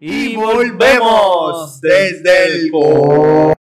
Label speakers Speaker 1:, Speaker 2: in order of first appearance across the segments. Speaker 1: Y volvemos desde el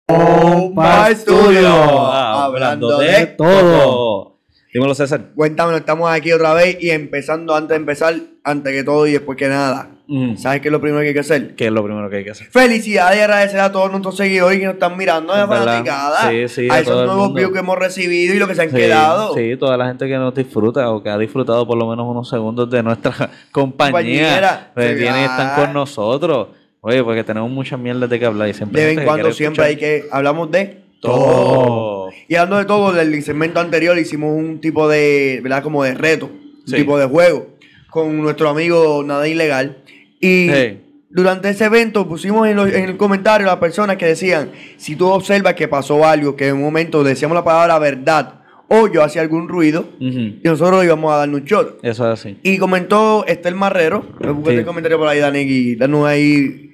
Speaker 1: Compa Studio, hablando de todo. Dímelo, César.
Speaker 2: Cuéntamelo, estamos aquí otra vez y empezando antes de empezar, antes que todo y después que nada.
Speaker 1: Mm,
Speaker 2: ¿Sabes qué es lo primero que hay que hacer?
Speaker 1: ¿Qué es lo primero que hay que hacer?
Speaker 2: Felicidades y agradecer a todos nuestros seguidores que nos están mirando de
Speaker 1: Es verdad.
Speaker 2: fanaticada.
Speaker 1: Sí, sí,
Speaker 2: a
Speaker 1: a todo
Speaker 2: esos
Speaker 1: el
Speaker 2: nuevos
Speaker 1: mundo.
Speaker 2: views que hemos recibido y los que se han
Speaker 1: Sí,
Speaker 2: quedado.
Speaker 1: sí, toda la gente que nos disfruta o que ha disfrutado por lo menos unos segundos de nuestra compañía.
Speaker 2: Compañera.
Speaker 1: Pues
Speaker 2: Sí,
Speaker 1: vienen y están
Speaker 2: ah.
Speaker 1: con nosotros. Oye, porque tenemos muchas mierdas de que hablar y siempre.
Speaker 2: De
Speaker 1: hay
Speaker 2: vez
Speaker 1: gente que
Speaker 2: en cuando
Speaker 1: quiere
Speaker 2: siempre hay
Speaker 1: escuchar
Speaker 2: que... Hablamos de
Speaker 1: todo.
Speaker 2: Y hablando de todo, del segmento anterior hicimos un tipo de, ¿verdad? Como de reto, un
Speaker 1: Sí.
Speaker 2: tipo de juego con nuestro amigo Nada Ilegal. Y
Speaker 1: Hey.
Speaker 2: durante ese evento pusimos en, los- en el comentario las personas que decían, si tú observas que pasó algo, que en un momento decíamos la palabra verdad o yo hacía algún ruido,
Speaker 1: Ujú,
Speaker 2: y nosotros íbamos a darnos un shot.
Speaker 1: Eso es así.
Speaker 2: Y comentó Estel Marrero, me busqué
Speaker 1: Sí.
Speaker 2: el comentario por ahí, Dani, y danos ahí,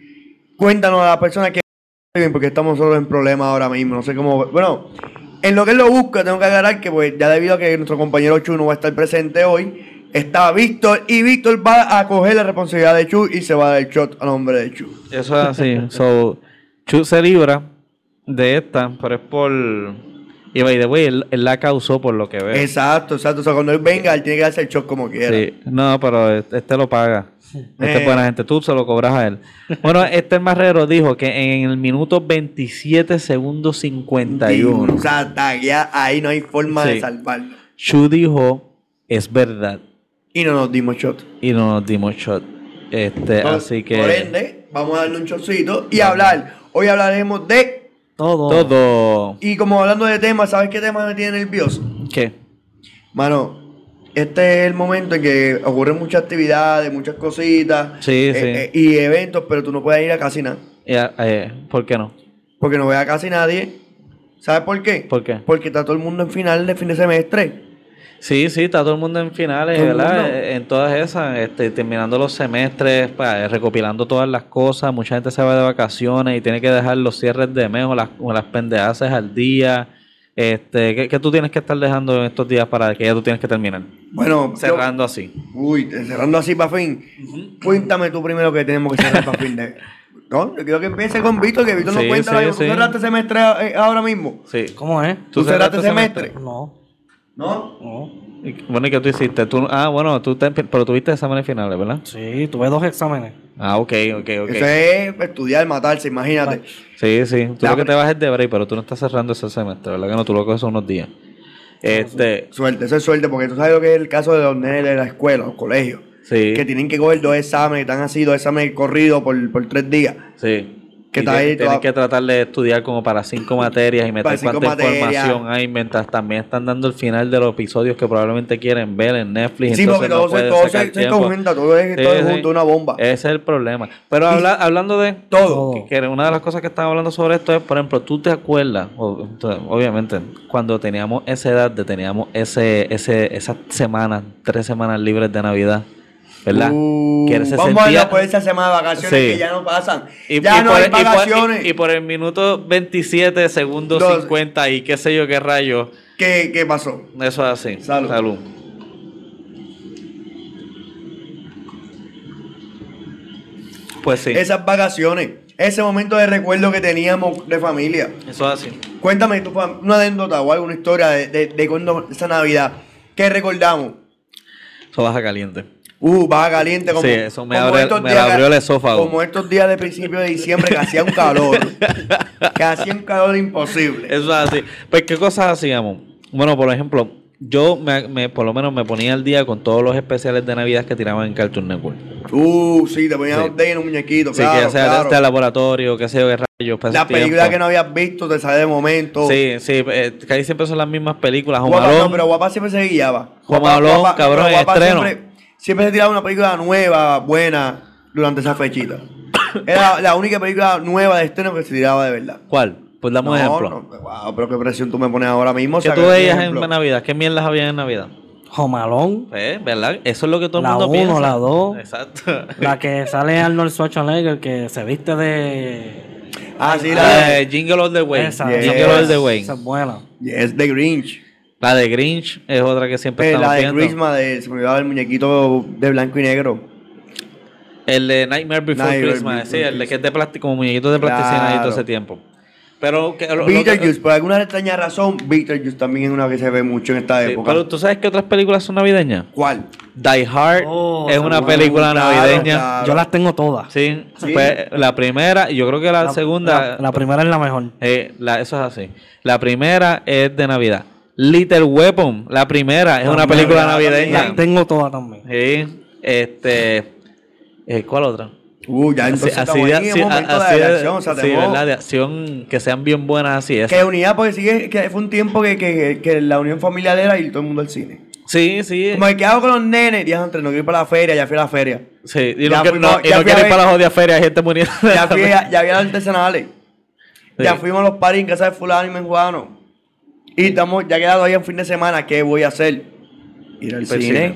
Speaker 2: cuéntanos a las personas que porque estamos solo en problemas ahora mismo, no sé cómo, bueno, en lo que él lo busca, tengo que aclarar que pues ya debido a que nuestro compañero Chu no va a estar presente hoy, está Víctor y Víctor va a coger la responsabilidad de Chu y se va a dar el shot a nombre de Chu.
Speaker 1: Eso es así. so, Chu se libra de esta, pero es por. Y by the way, él, él la causó por lo que veo.
Speaker 2: Exacto, exacto, o sea, cuando él venga, él tiene que darse el shot como quiera.
Speaker 1: Sí. No, pero este este lo paga. Este es
Speaker 2: Eh.
Speaker 1: buena gente. Tú se lo cobras a él. Bueno, este Marrero dijo que en el minuto 27 segundos 51,
Speaker 2: O sea, taguea, ahí no hay forma
Speaker 1: Sí.
Speaker 2: de salvarlo.
Speaker 1: Chu dijo, es verdad.
Speaker 2: Y no nos dimos shot.
Speaker 1: Y no nos dimos shot. Este,
Speaker 2: Por-
Speaker 1: así que...
Speaker 2: Por ende, vamos a darle un chocito y hablar. Hoy hablaremos de.
Speaker 1: todo. Todo.
Speaker 2: Y como hablando de temas, ¿sabes qué tema me tiene nervioso?
Speaker 1: ¿Qué?
Speaker 2: Mano, este es el momento en que ocurren muchas actividades, muchas cositas.
Speaker 1: Sí,
Speaker 2: eh,
Speaker 1: sí.
Speaker 2: eh, y eventos, pero tú no puedes ir a casi nada.
Speaker 1: Ya, eh, ¿Por qué no?
Speaker 2: Porque no ve a casi nadie. ¿Sabes por qué?
Speaker 1: ¿Por qué?
Speaker 2: Porque está todo el mundo en final de fin de semestre.
Speaker 1: Sí, sí, está todo el mundo en finales,
Speaker 2: Todo el
Speaker 1: ¿verdad?
Speaker 2: mundo.
Speaker 1: Eh, En todas esas, este, terminando los semestres, pa, eh, recopilando todas las cosas. Mucha gente se va de vacaciones y tiene que dejar los cierres de mes o las, o las pendejaces al día. Este, ¿qué, qué tú tienes que estar dejando en estos días para que ya tú tienes que terminar?
Speaker 2: Bueno, yo-
Speaker 1: Cerrando así.
Speaker 2: uy, cerrando así para fin. Cuéntame tú primero que tenemos que cerrar para fin de. No, yo quiero que empiece con Víctor, que Víctor
Speaker 1: Sí,
Speaker 2: nos cuenta.
Speaker 1: sí,
Speaker 2: lo que
Speaker 1: sí.
Speaker 2: ¿Tú cerraste semestre eh, ahora mismo?
Speaker 1: Sí.
Speaker 3: ¿Cómo es?
Speaker 2: ¿Tú cerraste semestre?
Speaker 3: No,
Speaker 2: ¿No?
Speaker 3: no.
Speaker 1: Y- Bueno, ¿y qué tú hiciste? Tú, ah, bueno, tú te- pero tuviste exámenes finales, ¿verdad?
Speaker 3: Sí, tuve dos exámenes.
Speaker 1: Ah, ok, ok, ok.
Speaker 2: Eso es estudiar, matarse, imagínate.
Speaker 1: Sí, sí. Tú
Speaker 2: La
Speaker 1: lo que
Speaker 2: pri-
Speaker 1: te vas es de break, pero tú no estás cerrando ese semestre, ¿verdad? Que no, tú lo coges unos días. Este,
Speaker 2: Suerte, eso es suerte, porque tú sabes lo que es el caso de los nenes de la escuela, los colegios,
Speaker 1: sí.
Speaker 2: que tienen que coger dos exámenes, que están así, dos exámenes corridos por, por tres días.
Speaker 1: Sí.
Speaker 2: Que
Speaker 1: Y
Speaker 2: está
Speaker 1: tien-
Speaker 2: ahí
Speaker 1: tienes
Speaker 2: toda-
Speaker 1: que tratar de estudiar como para cinco materias y
Speaker 2: Para
Speaker 1: meter
Speaker 2: cinco
Speaker 1: cuánta
Speaker 2: materias.
Speaker 1: información hay mientras también están dando el final de los episodios que probablemente quieren ver en Netflix.
Speaker 2: Sí, porque
Speaker 1: entonces
Speaker 2: todo,
Speaker 1: no
Speaker 2: se,
Speaker 1: puedes
Speaker 2: todo
Speaker 1: sacar
Speaker 2: se, se
Speaker 1: tiempo.
Speaker 2: conjunta, todo es,
Speaker 1: Sí,
Speaker 2: todo es
Speaker 1: sí. Eh,
Speaker 2: junto, una bomba.
Speaker 1: Ese es el problema. Pero habla- hablando de...
Speaker 2: todo.
Speaker 3: Todo.
Speaker 1: que una de las cosas que estaba hablando sobre esto es, por ejemplo, tú te acuerdas, o- entonces, obviamente, cuando teníamos esa edad, de teníamos ese, ese, esas semanas, tres semanas libres de Navidad, ¿verdad?
Speaker 2: Uh,
Speaker 1: Que se
Speaker 2: vamos a
Speaker 1: sentía-
Speaker 2: ir por esa semana de vacaciones
Speaker 1: Sí.
Speaker 2: que ya no pasan.
Speaker 1: Y,
Speaker 2: ya
Speaker 1: y
Speaker 2: no
Speaker 1: por,
Speaker 2: hay
Speaker 1: el- y por-
Speaker 2: vacaciones.
Speaker 1: y- y por el minuto 27, segundos
Speaker 2: Dos.
Speaker 1: 50 y qué sé yo qué rayo.
Speaker 2: ¿Qué, qué pasó?
Speaker 1: Eso es así.
Speaker 2: Salud.
Speaker 1: Pues sí.
Speaker 2: Esas vacaciones, ese momento de recuerdo que teníamos de familia.
Speaker 1: Eso es así.
Speaker 2: Cuéntame tu fam- una anécdota o alguna historia de, de, de cuando esa Navidad. ¿Qué recordamos?
Speaker 1: Eso baja caliente.
Speaker 2: Uh, va caliente como.
Speaker 1: Sí, eso me
Speaker 2: como
Speaker 1: abre- me abrió el esófago.
Speaker 2: Como estos días de principio de diciembre que hacía un calor. que hacía un calor imposible.
Speaker 1: Eso es así. Pues, ¿qué cosas hacíamos? Bueno, por ejemplo, yo me, me- por lo menos me ponía al día con todos los especiales de Navidad que tiraban en Cartoon Network.
Speaker 2: Uh, sí, te ponían
Speaker 1: Sí.
Speaker 2: un day en un muñequito.
Speaker 1: Así
Speaker 2: claro,
Speaker 1: que sea
Speaker 2: claro.
Speaker 1: este laboratorio, qué sé yo, qué rayos. para ese
Speaker 2: La película
Speaker 1: tiempo.
Speaker 2: que no habías visto te sale de momento.
Speaker 1: Sí, sí, eh, casi siempre son las mismas películas. Home
Speaker 2: Guapa, no,
Speaker 1: Alone.
Speaker 2: pero Guapa siempre se guiaba.
Speaker 1: Home
Speaker 2: Guapa-
Speaker 1: Alone,
Speaker 2: Guapa-
Speaker 1: cabrón,
Speaker 2: pero Guapa
Speaker 1: estreno.
Speaker 2: Siempre, siempre se tiraba una película nueva, buena, durante esa fechita. Era la única película nueva de estreno que se tiraba de verdad.
Speaker 1: ¿Cuál? Pues dame un
Speaker 2: No,
Speaker 1: ejemplo.
Speaker 2: no, wow, pero qué presión tú me pones ahora mismo. o
Speaker 1: ¿Qué
Speaker 2: sea,
Speaker 1: tú
Speaker 2: que-
Speaker 1: veías en
Speaker 2: ejemplo.
Speaker 1: Navidad? ¿Qué mierdas había en Navidad?
Speaker 3: Jomalón,
Speaker 1: Pues, ¿Verdad? Eso es lo que todo el
Speaker 3: La
Speaker 1: mundo
Speaker 3: uno,
Speaker 1: piensa.
Speaker 3: la dos.
Speaker 1: Exacto.
Speaker 3: la que sale Arnold Schwarzenegger, que se viste de...
Speaker 2: Ah, sí, la
Speaker 1: La de Jingle All the Way.
Speaker 3: Esa,
Speaker 2: yes.
Speaker 1: Jingle All the Way.
Speaker 3: Esa es buena.
Speaker 2: Yes, The Grinch.
Speaker 1: La de Grinch es otra que siempre
Speaker 2: Eh,
Speaker 1: estamos
Speaker 2: la de
Speaker 1: viendo.
Speaker 2: Grinch, ma, de, se me olvidaba el muñequito de blanco y negro.
Speaker 1: El de Nightmare Before
Speaker 2: Nightmare
Speaker 1: Christmas,
Speaker 2: Before
Speaker 1: sí, el de que es de plástico, como muñequito de
Speaker 2: Claro.
Speaker 1: plasticina y todo ese tiempo. Pero que, lo- lo que-
Speaker 2: Beetlejuice, por alguna extraña razón, Beetlejuice también es una que se ve mucho en esta
Speaker 1: sí,
Speaker 2: época.
Speaker 1: pero tú sabes qué otras películas son navideñas.
Speaker 2: ¿Cuál?
Speaker 1: Die Hard
Speaker 3: Oh,
Speaker 1: es
Speaker 3: esa
Speaker 1: una
Speaker 3: buena,
Speaker 1: película
Speaker 2: claro,
Speaker 1: navideña.
Speaker 2: claro.
Speaker 3: Yo las tengo todas.
Speaker 1: Sí,
Speaker 2: Sí.
Speaker 1: pues, la primera, y yo creo que la, segunda,
Speaker 3: La, la primera es la mejor.
Speaker 1: eh, la- eso es así. La primera es de Navidad. Little Weapon, la primera, es una
Speaker 2: También,
Speaker 1: película
Speaker 2: también.
Speaker 1: navideña.
Speaker 3: Las tengo todas también.
Speaker 1: Sí, este, eh, ¿cuál otra?
Speaker 2: Uh, ya
Speaker 1: Así,
Speaker 2: entonces
Speaker 1: así
Speaker 2: estamos
Speaker 1: de,
Speaker 2: ahí en
Speaker 1: así-
Speaker 2: momento
Speaker 1: así
Speaker 2: de
Speaker 1: de-
Speaker 2: acción, o sea,
Speaker 1: sí,
Speaker 2: tenemos-
Speaker 1: ¿verdad? De acción, que sean bien buenas, así es.
Speaker 2: Que unidad, porque sí que, que fue un tiempo que, que, que la unión familiar era ir todo el mundo al cine.
Speaker 1: Sí, sí.
Speaker 2: Como que ¿qué hago con los nenes, días antes, no quiero ir para la feria, ya fui a la feria.
Speaker 1: sí. Y
Speaker 2: Ya
Speaker 1: no, que-
Speaker 2: fuimos-
Speaker 1: no- y
Speaker 2: ya
Speaker 1: no
Speaker 2: fui a
Speaker 1: quiero ir
Speaker 2: ver-
Speaker 1: para la jodida feria, hay gente muriendo.
Speaker 2: Ya fui, a- ya vi a las artesanales. Ya
Speaker 1: Sí.
Speaker 2: fuimos a los paris en casa de fulano y menjuano. Y estamos, ya quedado ahí en fin de semana, ¿qué voy a hacer? Ir al
Speaker 1: Pues
Speaker 2: cine.
Speaker 1: sí.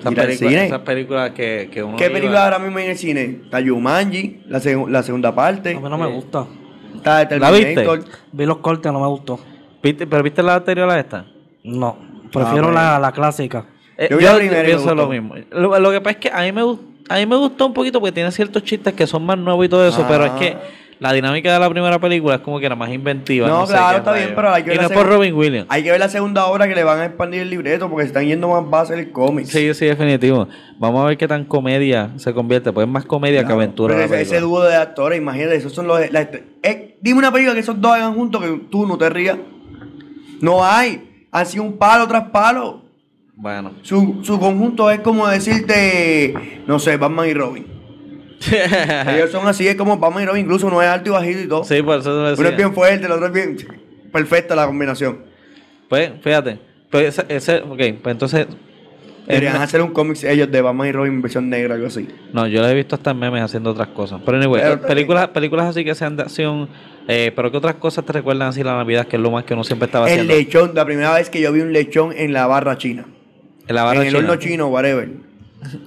Speaker 1: Esas
Speaker 2: Ir al
Speaker 1: películas-
Speaker 2: cine.
Speaker 1: esas películas que, que uno
Speaker 2: ¿Qué
Speaker 1: iba-
Speaker 2: película ahora mismo hay en el cine? Está Jumanji, la, segu- la segunda parte.
Speaker 3: A mí no me gusta.
Speaker 2: Está
Speaker 1: ¿La viste?
Speaker 2: Terminator.
Speaker 3: Vi los cortes, no me gustó.
Speaker 1: ¿Viste- ¿Pero viste la anterior a esta?
Speaker 3: No.
Speaker 1: Ah,
Speaker 3: Prefiero
Speaker 1: pues.
Speaker 2: bueno.
Speaker 3: la, la clásica.
Speaker 1: Eh, yo
Speaker 2: Yo vi la primera y me
Speaker 1: pienso
Speaker 2: gustó.
Speaker 1: lo mismo. Lo, lo que pasa es que a mí, me, gu- a mí me gustó un poquito porque tiene ciertos chistes que son más nuevos y todo eso,
Speaker 2: Ah.
Speaker 1: pero es que la dinámica de la primera película es como que era más inventiva.
Speaker 2: No,
Speaker 1: No, sé
Speaker 2: claro,
Speaker 1: qué
Speaker 2: está bien,
Speaker 1: rayos.
Speaker 2: pero hay que
Speaker 1: Y
Speaker 2: ver
Speaker 1: no
Speaker 2: la
Speaker 1: es por
Speaker 2: segunda-
Speaker 1: Robin Williams.
Speaker 2: Hay que ver la segunda obra que le van a expandir el libreto porque se están yendo más base el cómic.
Speaker 1: Sí, sí, definitivo. Vamos a ver qué tan comedia se convierte. Pues es más comedia que aventura.
Speaker 2: Pero
Speaker 1: la
Speaker 2: ese, ese
Speaker 1: película.
Speaker 2: dúo de actores, imagínate, esos son los. la- eh, dime una película que esos dos hagan juntos que tú no te rías. No hay. Han sido un palo tras palo.
Speaker 1: Bueno.
Speaker 2: Su, su conjunto es como decirte, no sé, Batman y Robin. Ellos son así, es como Batman y Robin, incluso uno es alto y bajito y todo.
Speaker 1: sí, por eso lo
Speaker 2: uno
Speaker 1: decía.
Speaker 2: es bien fuerte, el otro es bien. Perfecta la combinación.
Speaker 1: Pues, fíjate. Pues ese, ese- ok, pues entonces.
Speaker 2: Deberían
Speaker 1: es-
Speaker 2: hacer un cómic ellos de Batman y Robin versión negra, algo así.
Speaker 1: No, yo lo he visto hasta en memes haciendo otras cosas. Pero anyway,
Speaker 2: Pero
Speaker 1: eh, películas, películas así que sean de acción, eh, pero que otras cosas te recuerdan así la Navidad, que es lo más que uno siempre estaba
Speaker 2: El
Speaker 1: haciendo.
Speaker 2: lechón, la primera vez que yo vi un lechón en la barra china.
Speaker 1: En la barra
Speaker 2: en el
Speaker 1: china.
Speaker 2: horno chino, whatever.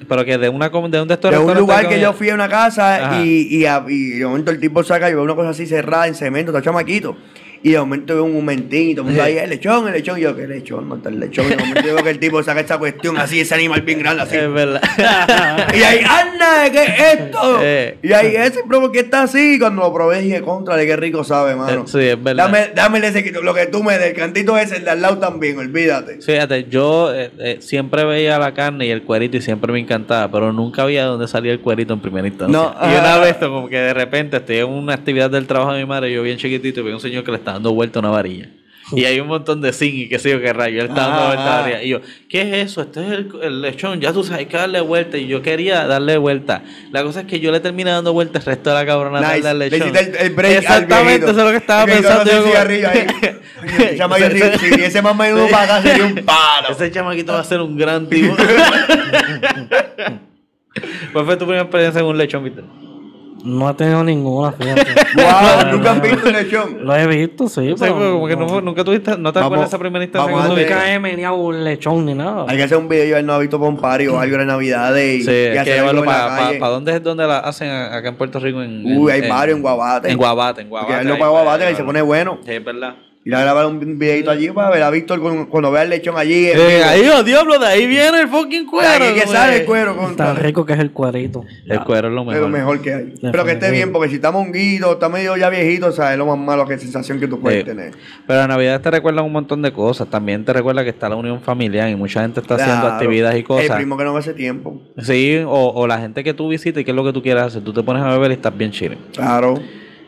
Speaker 1: Pero que de una com- de un de estos
Speaker 2: De un
Speaker 1: restaurantes
Speaker 2: lugar que yo
Speaker 1: comida.
Speaker 2: fui a una casa
Speaker 1: Ajá.
Speaker 2: y, y, a- y de momento el tipo saca y ve una cosa así cerrada en cemento, está chamaquito. Y de momento veo un momentín y todo el mundo ahí, el lechón, el lechón. Y yo, ¿qué lechón? No está el lechón. Y de momento yo veo que el tipo saca esta cuestión así, ese animal bien grande así.
Speaker 1: Es verdad.
Speaker 2: Y ahí, anda, ¿qué es esto?
Speaker 1: Eh.
Speaker 2: Y ahí, ese, pero ¿por qué está así? Y cuando lo probé dije, contra, qué rico sabe, mano.
Speaker 1: Eh, sí, es verdad.
Speaker 2: Dame, dámele ese, que- lo que tú me des, el cantito ese, el de al lado también, olvídate.
Speaker 1: Fíjate, yo eh, eh, siempre veía la carne y el cuerito y siempre me encantaba, pero nunca había de dónde salía el cuerito en primera instancia.
Speaker 2: No. ah.
Speaker 1: y una vez, como que de repente estoy en una actividad del trabajo de mi madre, yo bien chiquitito, y veo un señor que le está dando vuelta a una varilla. Y hay un montón de zinc y qué sé yo qué rayo. Él está dando
Speaker 2: Ah.
Speaker 1: vuelta a la varilla. Y yo, ¿qué es eso? Este es el, el lechón. Ya tú sabes hay que darle vuelta. Y yo quería darle vuelta. La cosa es que yo le terminé dando vuelta el resto de la cabrona
Speaker 2: Nice.
Speaker 1: tarde al
Speaker 2: Le
Speaker 1: lechón.
Speaker 2: hiciste el- el break al
Speaker 1: Exactamente,
Speaker 2: viejito.
Speaker 1: eso es lo que estaba
Speaker 2: Que
Speaker 1: pensando.
Speaker 2: conoce
Speaker 1: yo como-
Speaker 2: cigarrillo ahí. Oye, el chamaco, si- si viniese más menudo para acá, sería un palo.
Speaker 1: Ese chamaquito va a ser un gran tipo. ¿Cuál fue tu primera experiencia en un lechón, Víctor?
Speaker 3: No he tenido ninguna, fíjate.
Speaker 2: Wow,
Speaker 3: No,
Speaker 2: nunca
Speaker 3: no,
Speaker 2: han visto un
Speaker 3: no.
Speaker 2: lechón.
Speaker 3: Lo he visto, sí,
Speaker 1: O sea,
Speaker 3: pero.
Speaker 1: como que no, nunca tuviste, no te
Speaker 2: Vamos-
Speaker 1: acuerdas esa primera instancia
Speaker 2: vamos
Speaker 1: cuando
Speaker 2: antes-
Speaker 1: ubicas-
Speaker 3: Nunca he meneado un lechón ni nada.
Speaker 2: Hay que hacer un video y él no ha visto para un party o algo de Navidades. Y,
Speaker 1: Sí,
Speaker 2: y
Speaker 1: hay que
Speaker 2: hacer algo
Speaker 1: llevarlo
Speaker 2: en la
Speaker 1: para
Speaker 2: calle.
Speaker 1: dónde es donde la hacen a- acá en Puerto Rico. En,
Speaker 2: Uy, hay
Speaker 1: en,
Speaker 2: varios en Guabate.
Speaker 1: En Guabate, en Guabate.
Speaker 2: Porque él no
Speaker 1: ahí,
Speaker 2: para Guabate
Speaker 1: ahí,
Speaker 2: que se
Speaker 1: ahí.
Speaker 2: pone bueno.
Speaker 1: Sí, es verdad.
Speaker 2: Y a grabar un videito allí para ver a Víctor con- cuando vea el lechón allí. en
Speaker 1: Eh,
Speaker 2: vivo.
Speaker 1: ahí, oh, diablo, de ahí viene el fucking cuero.
Speaker 2: Ahí que
Speaker 1: güey.
Speaker 2: sale el cuero
Speaker 3: Tan
Speaker 2: contra.
Speaker 3: rico que es el cuerito.
Speaker 1: El cuero es lo
Speaker 2: Es
Speaker 1: mejor.
Speaker 2: lo mejor que hay. Pero que esté bien, porque si está monguito, está medio ya viejito, o sea, es lo más malo que sensación que tú puedes
Speaker 1: Sí.
Speaker 2: tener.
Speaker 1: Pero la Navidad te recuerda un montón de cosas. También te recuerda que está la unión familiar y mucha gente está haciendo
Speaker 2: Claro.
Speaker 1: actividades y
Speaker 2: El
Speaker 1: cosas.
Speaker 2: primo que no ve hace tiempo.
Speaker 1: Sí, o, o la gente que tú visitas y qué es lo que tú quieras hacer. Tú te pones a beber y estás bien chile.
Speaker 2: Claro.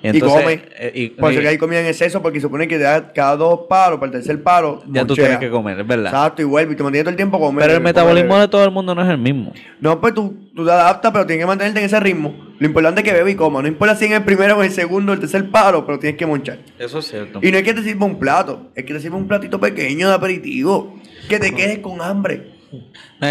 Speaker 1: Y entonces,
Speaker 2: y come.
Speaker 1: eh, y-
Speaker 2: Por eso
Speaker 1: y-
Speaker 2: que hay comida en exceso, porque supone que ya cada dos paros, para el tercer paro,
Speaker 1: ya tú
Speaker 2: monchea.
Speaker 1: tienes que comer, es verdad.
Speaker 2: Exacto, y vuelve y te mantienes todo el tiempo comiendo.
Speaker 1: Pero el metabolismo de todo el mundo no es el mismo.
Speaker 2: No, pues tú, tú te adaptas, pero tienes que mantenerte en ese ritmo. Lo importante es que bebe y coma. No importa si en el primero o el segundo o el tercer paro, pero tienes que monchar.
Speaker 1: Eso es cierto.
Speaker 2: Y no es que te sirva un plato, es que te sirva un platito pequeño de aperitivo. Que te quedes con hambre.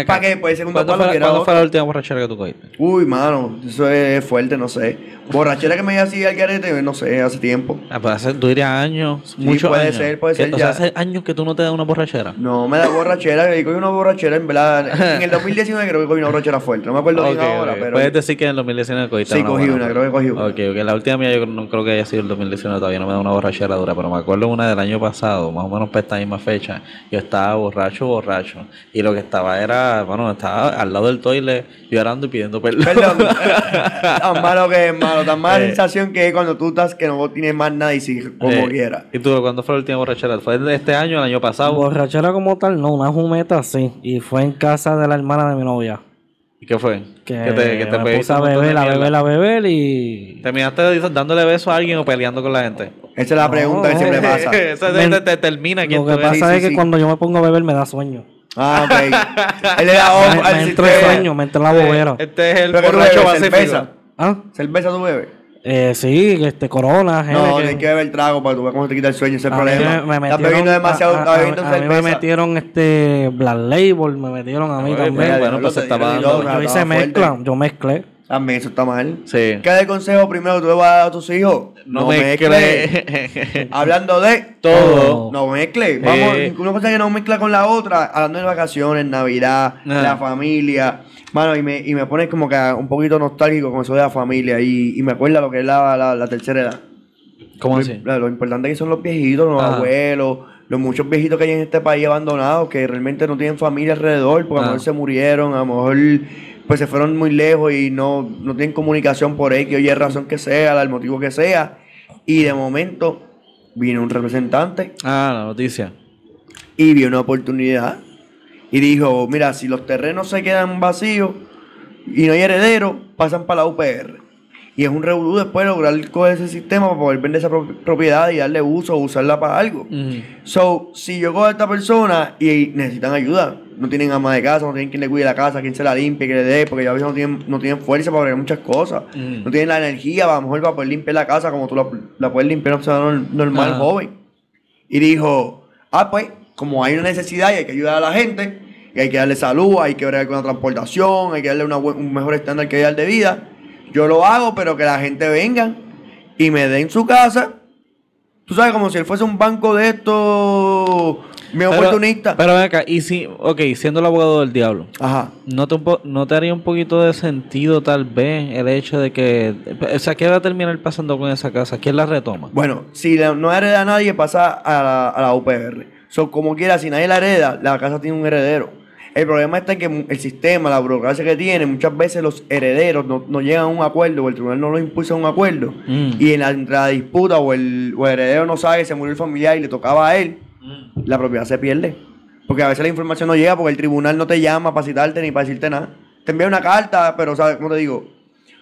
Speaker 2: ¿Para qué? Pues, segundo
Speaker 1: ¿Cuándo,
Speaker 2: palo,
Speaker 1: fue, la-
Speaker 2: quiera
Speaker 1: cuándo
Speaker 2: otra.
Speaker 1: fue la última borrachera que tú cogiste?
Speaker 2: Uy, mano, eso es fuerte, no sé. Borrachera que me hacía así al garete, no sé, hace tiempo.
Speaker 1: Ah, pues hace, tú dirías años, muchos
Speaker 2: puede
Speaker 1: años.
Speaker 2: ser, puede
Speaker 1: Que-
Speaker 2: ser,
Speaker 1: O sea,
Speaker 2: ya.
Speaker 1: hace años que tú no te das una borrachera.
Speaker 2: No, me da borrachera, yo cogí una borrachera, en verdad. En el 2019 creo que cogí una borrachera fuerte, no me acuerdo
Speaker 1: Ok,
Speaker 2: bien ahora,
Speaker 1: ok.
Speaker 2: pero.
Speaker 1: Puedes decir que en el 2019 cogiste
Speaker 2: Sí,
Speaker 1: una
Speaker 2: cogí
Speaker 1: buena,
Speaker 2: una,
Speaker 1: pero-
Speaker 2: creo que cogí una.
Speaker 1: Ok, ok. La última mía yo no creo que haya sido el 2019 todavía, no me da una borrachera dura, pero me acuerdo una del año pasado, más o menos para esta misma fecha. Yo estaba borracho, borracho. Y lo que estaba, era, bueno, estaba al lado del toile llorando y pidiendo perdón.
Speaker 2: Perdón. tan malo que es malo. Tan mala
Speaker 1: Eh.
Speaker 2: sensación que es cuando tú estás que no tienes más nada y sigues como
Speaker 1: Eh,
Speaker 2: quieras.
Speaker 1: ¿Y tú cuándo fue la última borrachera? ¿Fue de este año o el año pasado?
Speaker 3: Borrachera como tal, no, una jumeta sí. Y fue en casa de la hermana de mi novia.
Speaker 1: ¿Y qué fue?
Speaker 3: Que
Speaker 1: ¿Qué te, que te
Speaker 3: me
Speaker 1: pediste
Speaker 3: puse a
Speaker 1: un montón de
Speaker 3: beber, a
Speaker 1: mierda?
Speaker 3: beber, a beber y...
Speaker 1: ¿Terminaste dándole besos a alguien o peleando con la gente?
Speaker 2: Esa es la
Speaker 3: No,
Speaker 2: pregunta que siempre
Speaker 3: eh,
Speaker 2: pasa.
Speaker 1: Eso te,
Speaker 3: Men-
Speaker 1: te- te termina ¿eh? quién
Speaker 3: Lo que
Speaker 1: tú eres.
Speaker 2: Sí,
Speaker 3: pasa
Speaker 2: sí,
Speaker 3: es que
Speaker 2: sí.
Speaker 3: cuando yo me pongo a beber me da sueño.
Speaker 2: Ah, ok. Él le
Speaker 1: Oh,
Speaker 2: da
Speaker 3: Me,
Speaker 2: off
Speaker 3: me
Speaker 2: al
Speaker 3: entra el sueño,
Speaker 2: sistema.
Speaker 3: me entra la bobera.
Speaker 1: Este es el
Speaker 2: Pero que tú
Speaker 1: borracho
Speaker 2: bebes
Speaker 1: pacífico.
Speaker 2: cerveza.
Speaker 3: ¿Ah?
Speaker 2: ¿Cerveza tú bebes?
Speaker 3: Eh, sí, este, Corona,
Speaker 2: No,
Speaker 3: Heineken.
Speaker 2: tienes que beber trago para tú ver cómo te quita el sueño, ese es el
Speaker 3: A mí
Speaker 2: problema.
Speaker 3: me- me
Speaker 2: estás
Speaker 3: metieron-
Speaker 2: bebiendo demasiado,
Speaker 3: a- a-
Speaker 2: estás bebiendo
Speaker 3: a, a mí
Speaker 2: cerveza.
Speaker 3: me metieron este Black Label, me metieron a mí
Speaker 1: Oye,
Speaker 3: también.
Speaker 1: mira,
Speaker 2: Mira,
Speaker 1: bueno, pues
Speaker 2: diablo,
Speaker 1: se estaba
Speaker 2: te
Speaker 1: dando-
Speaker 2: digo,
Speaker 1: yo
Speaker 2: estaba
Speaker 3: yo hice
Speaker 2: fuerte.
Speaker 3: mezcla, yo mezclé.
Speaker 2: A mí eso está mal.
Speaker 1: Sí.
Speaker 2: ¿Qué de consejo primero tú le vas a dar a tus hijos?
Speaker 1: No, me
Speaker 2: mezcles.
Speaker 1: crees.
Speaker 2: Hablando de
Speaker 1: Todo.
Speaker 2: No mezcle. Vamos,
Speaker 1: Eh.
Speaker 2: una cosa que no mezcla con la otra. Hablando de vacaciones, Navidad,
Speaker 1: Ah.
Speaker 2: la familia. Mano, y me, y me pones como que un poquito nostálgico con eso de la familia. Y, y me acuerda lo que es la, la, la tercera edad.
Speaker 1: ¿Cómo
Speaker 2: Lo-
Speaker 1: así?
Speaker 2: Lo, importante que son los viejitos, los
Speaker 1: Ajá.
Speaker 2: abuelos, los muchos viejitos que hay en este país abandonados, que realmente no tienen familia alrededor, porque a
Speaker 1: Ah.
Speaker 2: lo mejor se murieron, a lo mejor pues se fueron muy lejos y no, no tienen comunicación por X, oye, razón que sea, el motivo que sea. Y de momento vino un representante
Speaker 1: Ah, la noticia.
Speaker 2: y vio una oportunidad y dijo, mira, si los terrenos se quedan vacíos y no hay heredero, pasan para la UPR. Y es un revolú después lograr coger ese sistema para poder vender esa pro- propiedad y darle uso o usarla para algo.
Speaker 1: Ujú.
Speaker 2: So, si yo cojo a esta persona y necesitan ayuda, no tienen ama de casa, no tienen quien le cuide la casa, quien se la limpie, que le dé, porque ya a veces no tienen, no tienen fuerza para bregar muchas cosas,
Speaker 1: Mm.
Speaker 2: no tienen la energía, a lo mejor para poder limpiar la casa como tú la, la puedes limpiar o sea, nor- normal,
Speaker 1: Ajá.
Speaker 2: joven. Y dijo, ah, pues, como hay una necesidad y hay que ayudar a la gente, y hay que darle salud, hay que bregar con la transportación, hay que darle una buen- un mejor estándar que dar de vida, yo lo hago, pero que la gente venga y me den su casa. Tú sabes, como si él fuese un banco de estos medio oportunista.
Speaker 1: Pero ven acá, y si, ok, siendo el abogado del diablo,
Speaker 2: Ajá.
Speaker 1: ¿no te, un po- ¿no te haría un poquito de sentido tal vez el hecho de que, o sea, ¿qué va a terminar pasando con esa casa? ¿Quién la retoma?
Speaker 2: Bueno, si la- no hereda a nadie, pasa a la, a la UPR. So, como quiera, si nadie la hereda, la casa tiene un heredero. El problema está en que mu- el sistema, la burocracia que tiene, muchas veces los herederos no, no llegan a un acuerdo, o el tribunal no los impulsa a un acuerdo.
Speaker 1: Mm.
Speaker 2: Y en la, entre la disputa, o el, o el heredero no sabe, se murió el familiar y le tocaba a él, la propiedad se pierde. Porque a veces la información no llega porque el tribunal no te llama para citarte ni para decirte nada. Te envía una carta, pero, ¿sabes cómo te digo?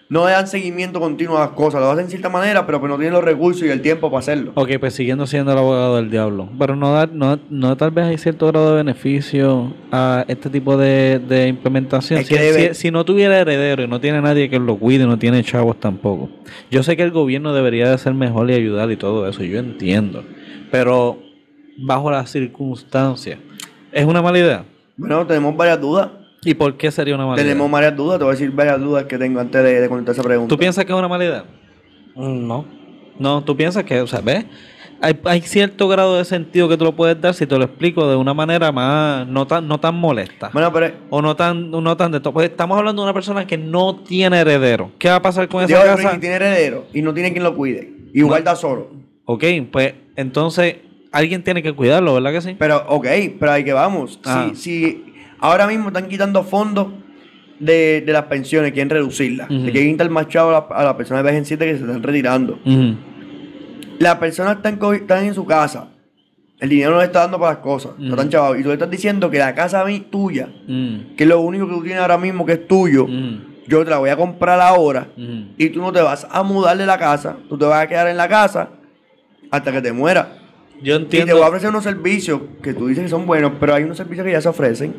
Speaker 2: No le dan seguimiento continuo a las cosas. Lo hacen de cierta manera, pero pues no tienen los recursos y el tiempo para hacerlo.
Speaker 1: Ok, pues siguiendo siendo el abogado del diablo. Pero no, da- no, no tal vez hay cierto grado de beneficio a este tipo de, de implementación.
Speaker 2: Es
Speaker 1: si,
Speaker 2: que debe-
Speaker 1: si- si no tuviera heredero y no tiene nadie que lo cuide, no tiene chavos tampoco. Yo sé que el gobierno debería de ser mejor y ayudar y todo eso, yo entiendo. Pero bajo las circunstancias, ¿es una mala idea?
Speaker 2: Bueno, tenemos varias dudas.
Speaker 1: ¿Y por qué sería una mala
Speaker 2: Tenemos
Speaker 1: idea?
Speaker 2: varias dudas. Te voy a decir varias dudas que tengo antes de, de contestar esa pregunta.
Speaker 1: ¿Tú piensas que es una mala idea?
Speaker 3: Mm, No.
Speaker 1: No, tú piensas que, o sea, ¿ves? Hay, hay cierto grado de sentido que tú lo puedes dar si te lo explico de una manera más, no tan, no tan molesta.
Speaker 2: Bueno, pero
Speaker 1: o no tan, no tan de todo. Pues estamos hablando de una persona que no tiene heredero. ¿Qué va a pasar con esa
Speaker 2: Diego
Speaker 1: casa?
Speaker 2: Enrique tiene heredero y no tiene quien lo cuide. Y guarda solo.
Speaker 1: Ok, pues entonces alguien tiene que cuidarlo, ¿verdad que sí?
Speaker 2: Pero, ok, pero ahí que vamos. Si-
Speaker 1: Ah.
Speaker 2: Si, ahora mismo están quitando fondos de, de las pensiones, quieren reducirlas.
Speaker 1: Ujú.
Speaker 2: Le quieren quitar más chavo a la- a las personas de vejez en siete que se están retirando.
Speaker 1: Ujú.
Speaker 2: Las personas están, co- están en su casa. El dinero no le está dando para las cosas. No
Speaker 1: Ujú.
Speaker 2: están chavados. Y tú le estás diciendo que la casa mi- tuya,
Speaker 1: Mm,
Speaker 2: que es lo único que tú tienes ahora mismo que es tuyo,
Speaker 1: mm,
Speaker 2: yo te la voy a comprar ahora.
Speaker 1: mm.
Speaker 2: Y tú no te vas a mudar de la casa. Tú te vas a quedar en la casa hasta que te mueras.
Speaker 1: Yo
Speaker 2: Y te voy a
Speaker 1: entiendo.
Speaker 2: ofrecer unos servicios que tú dices que son buenos, pero hay unos servicios que ya se ofrecen.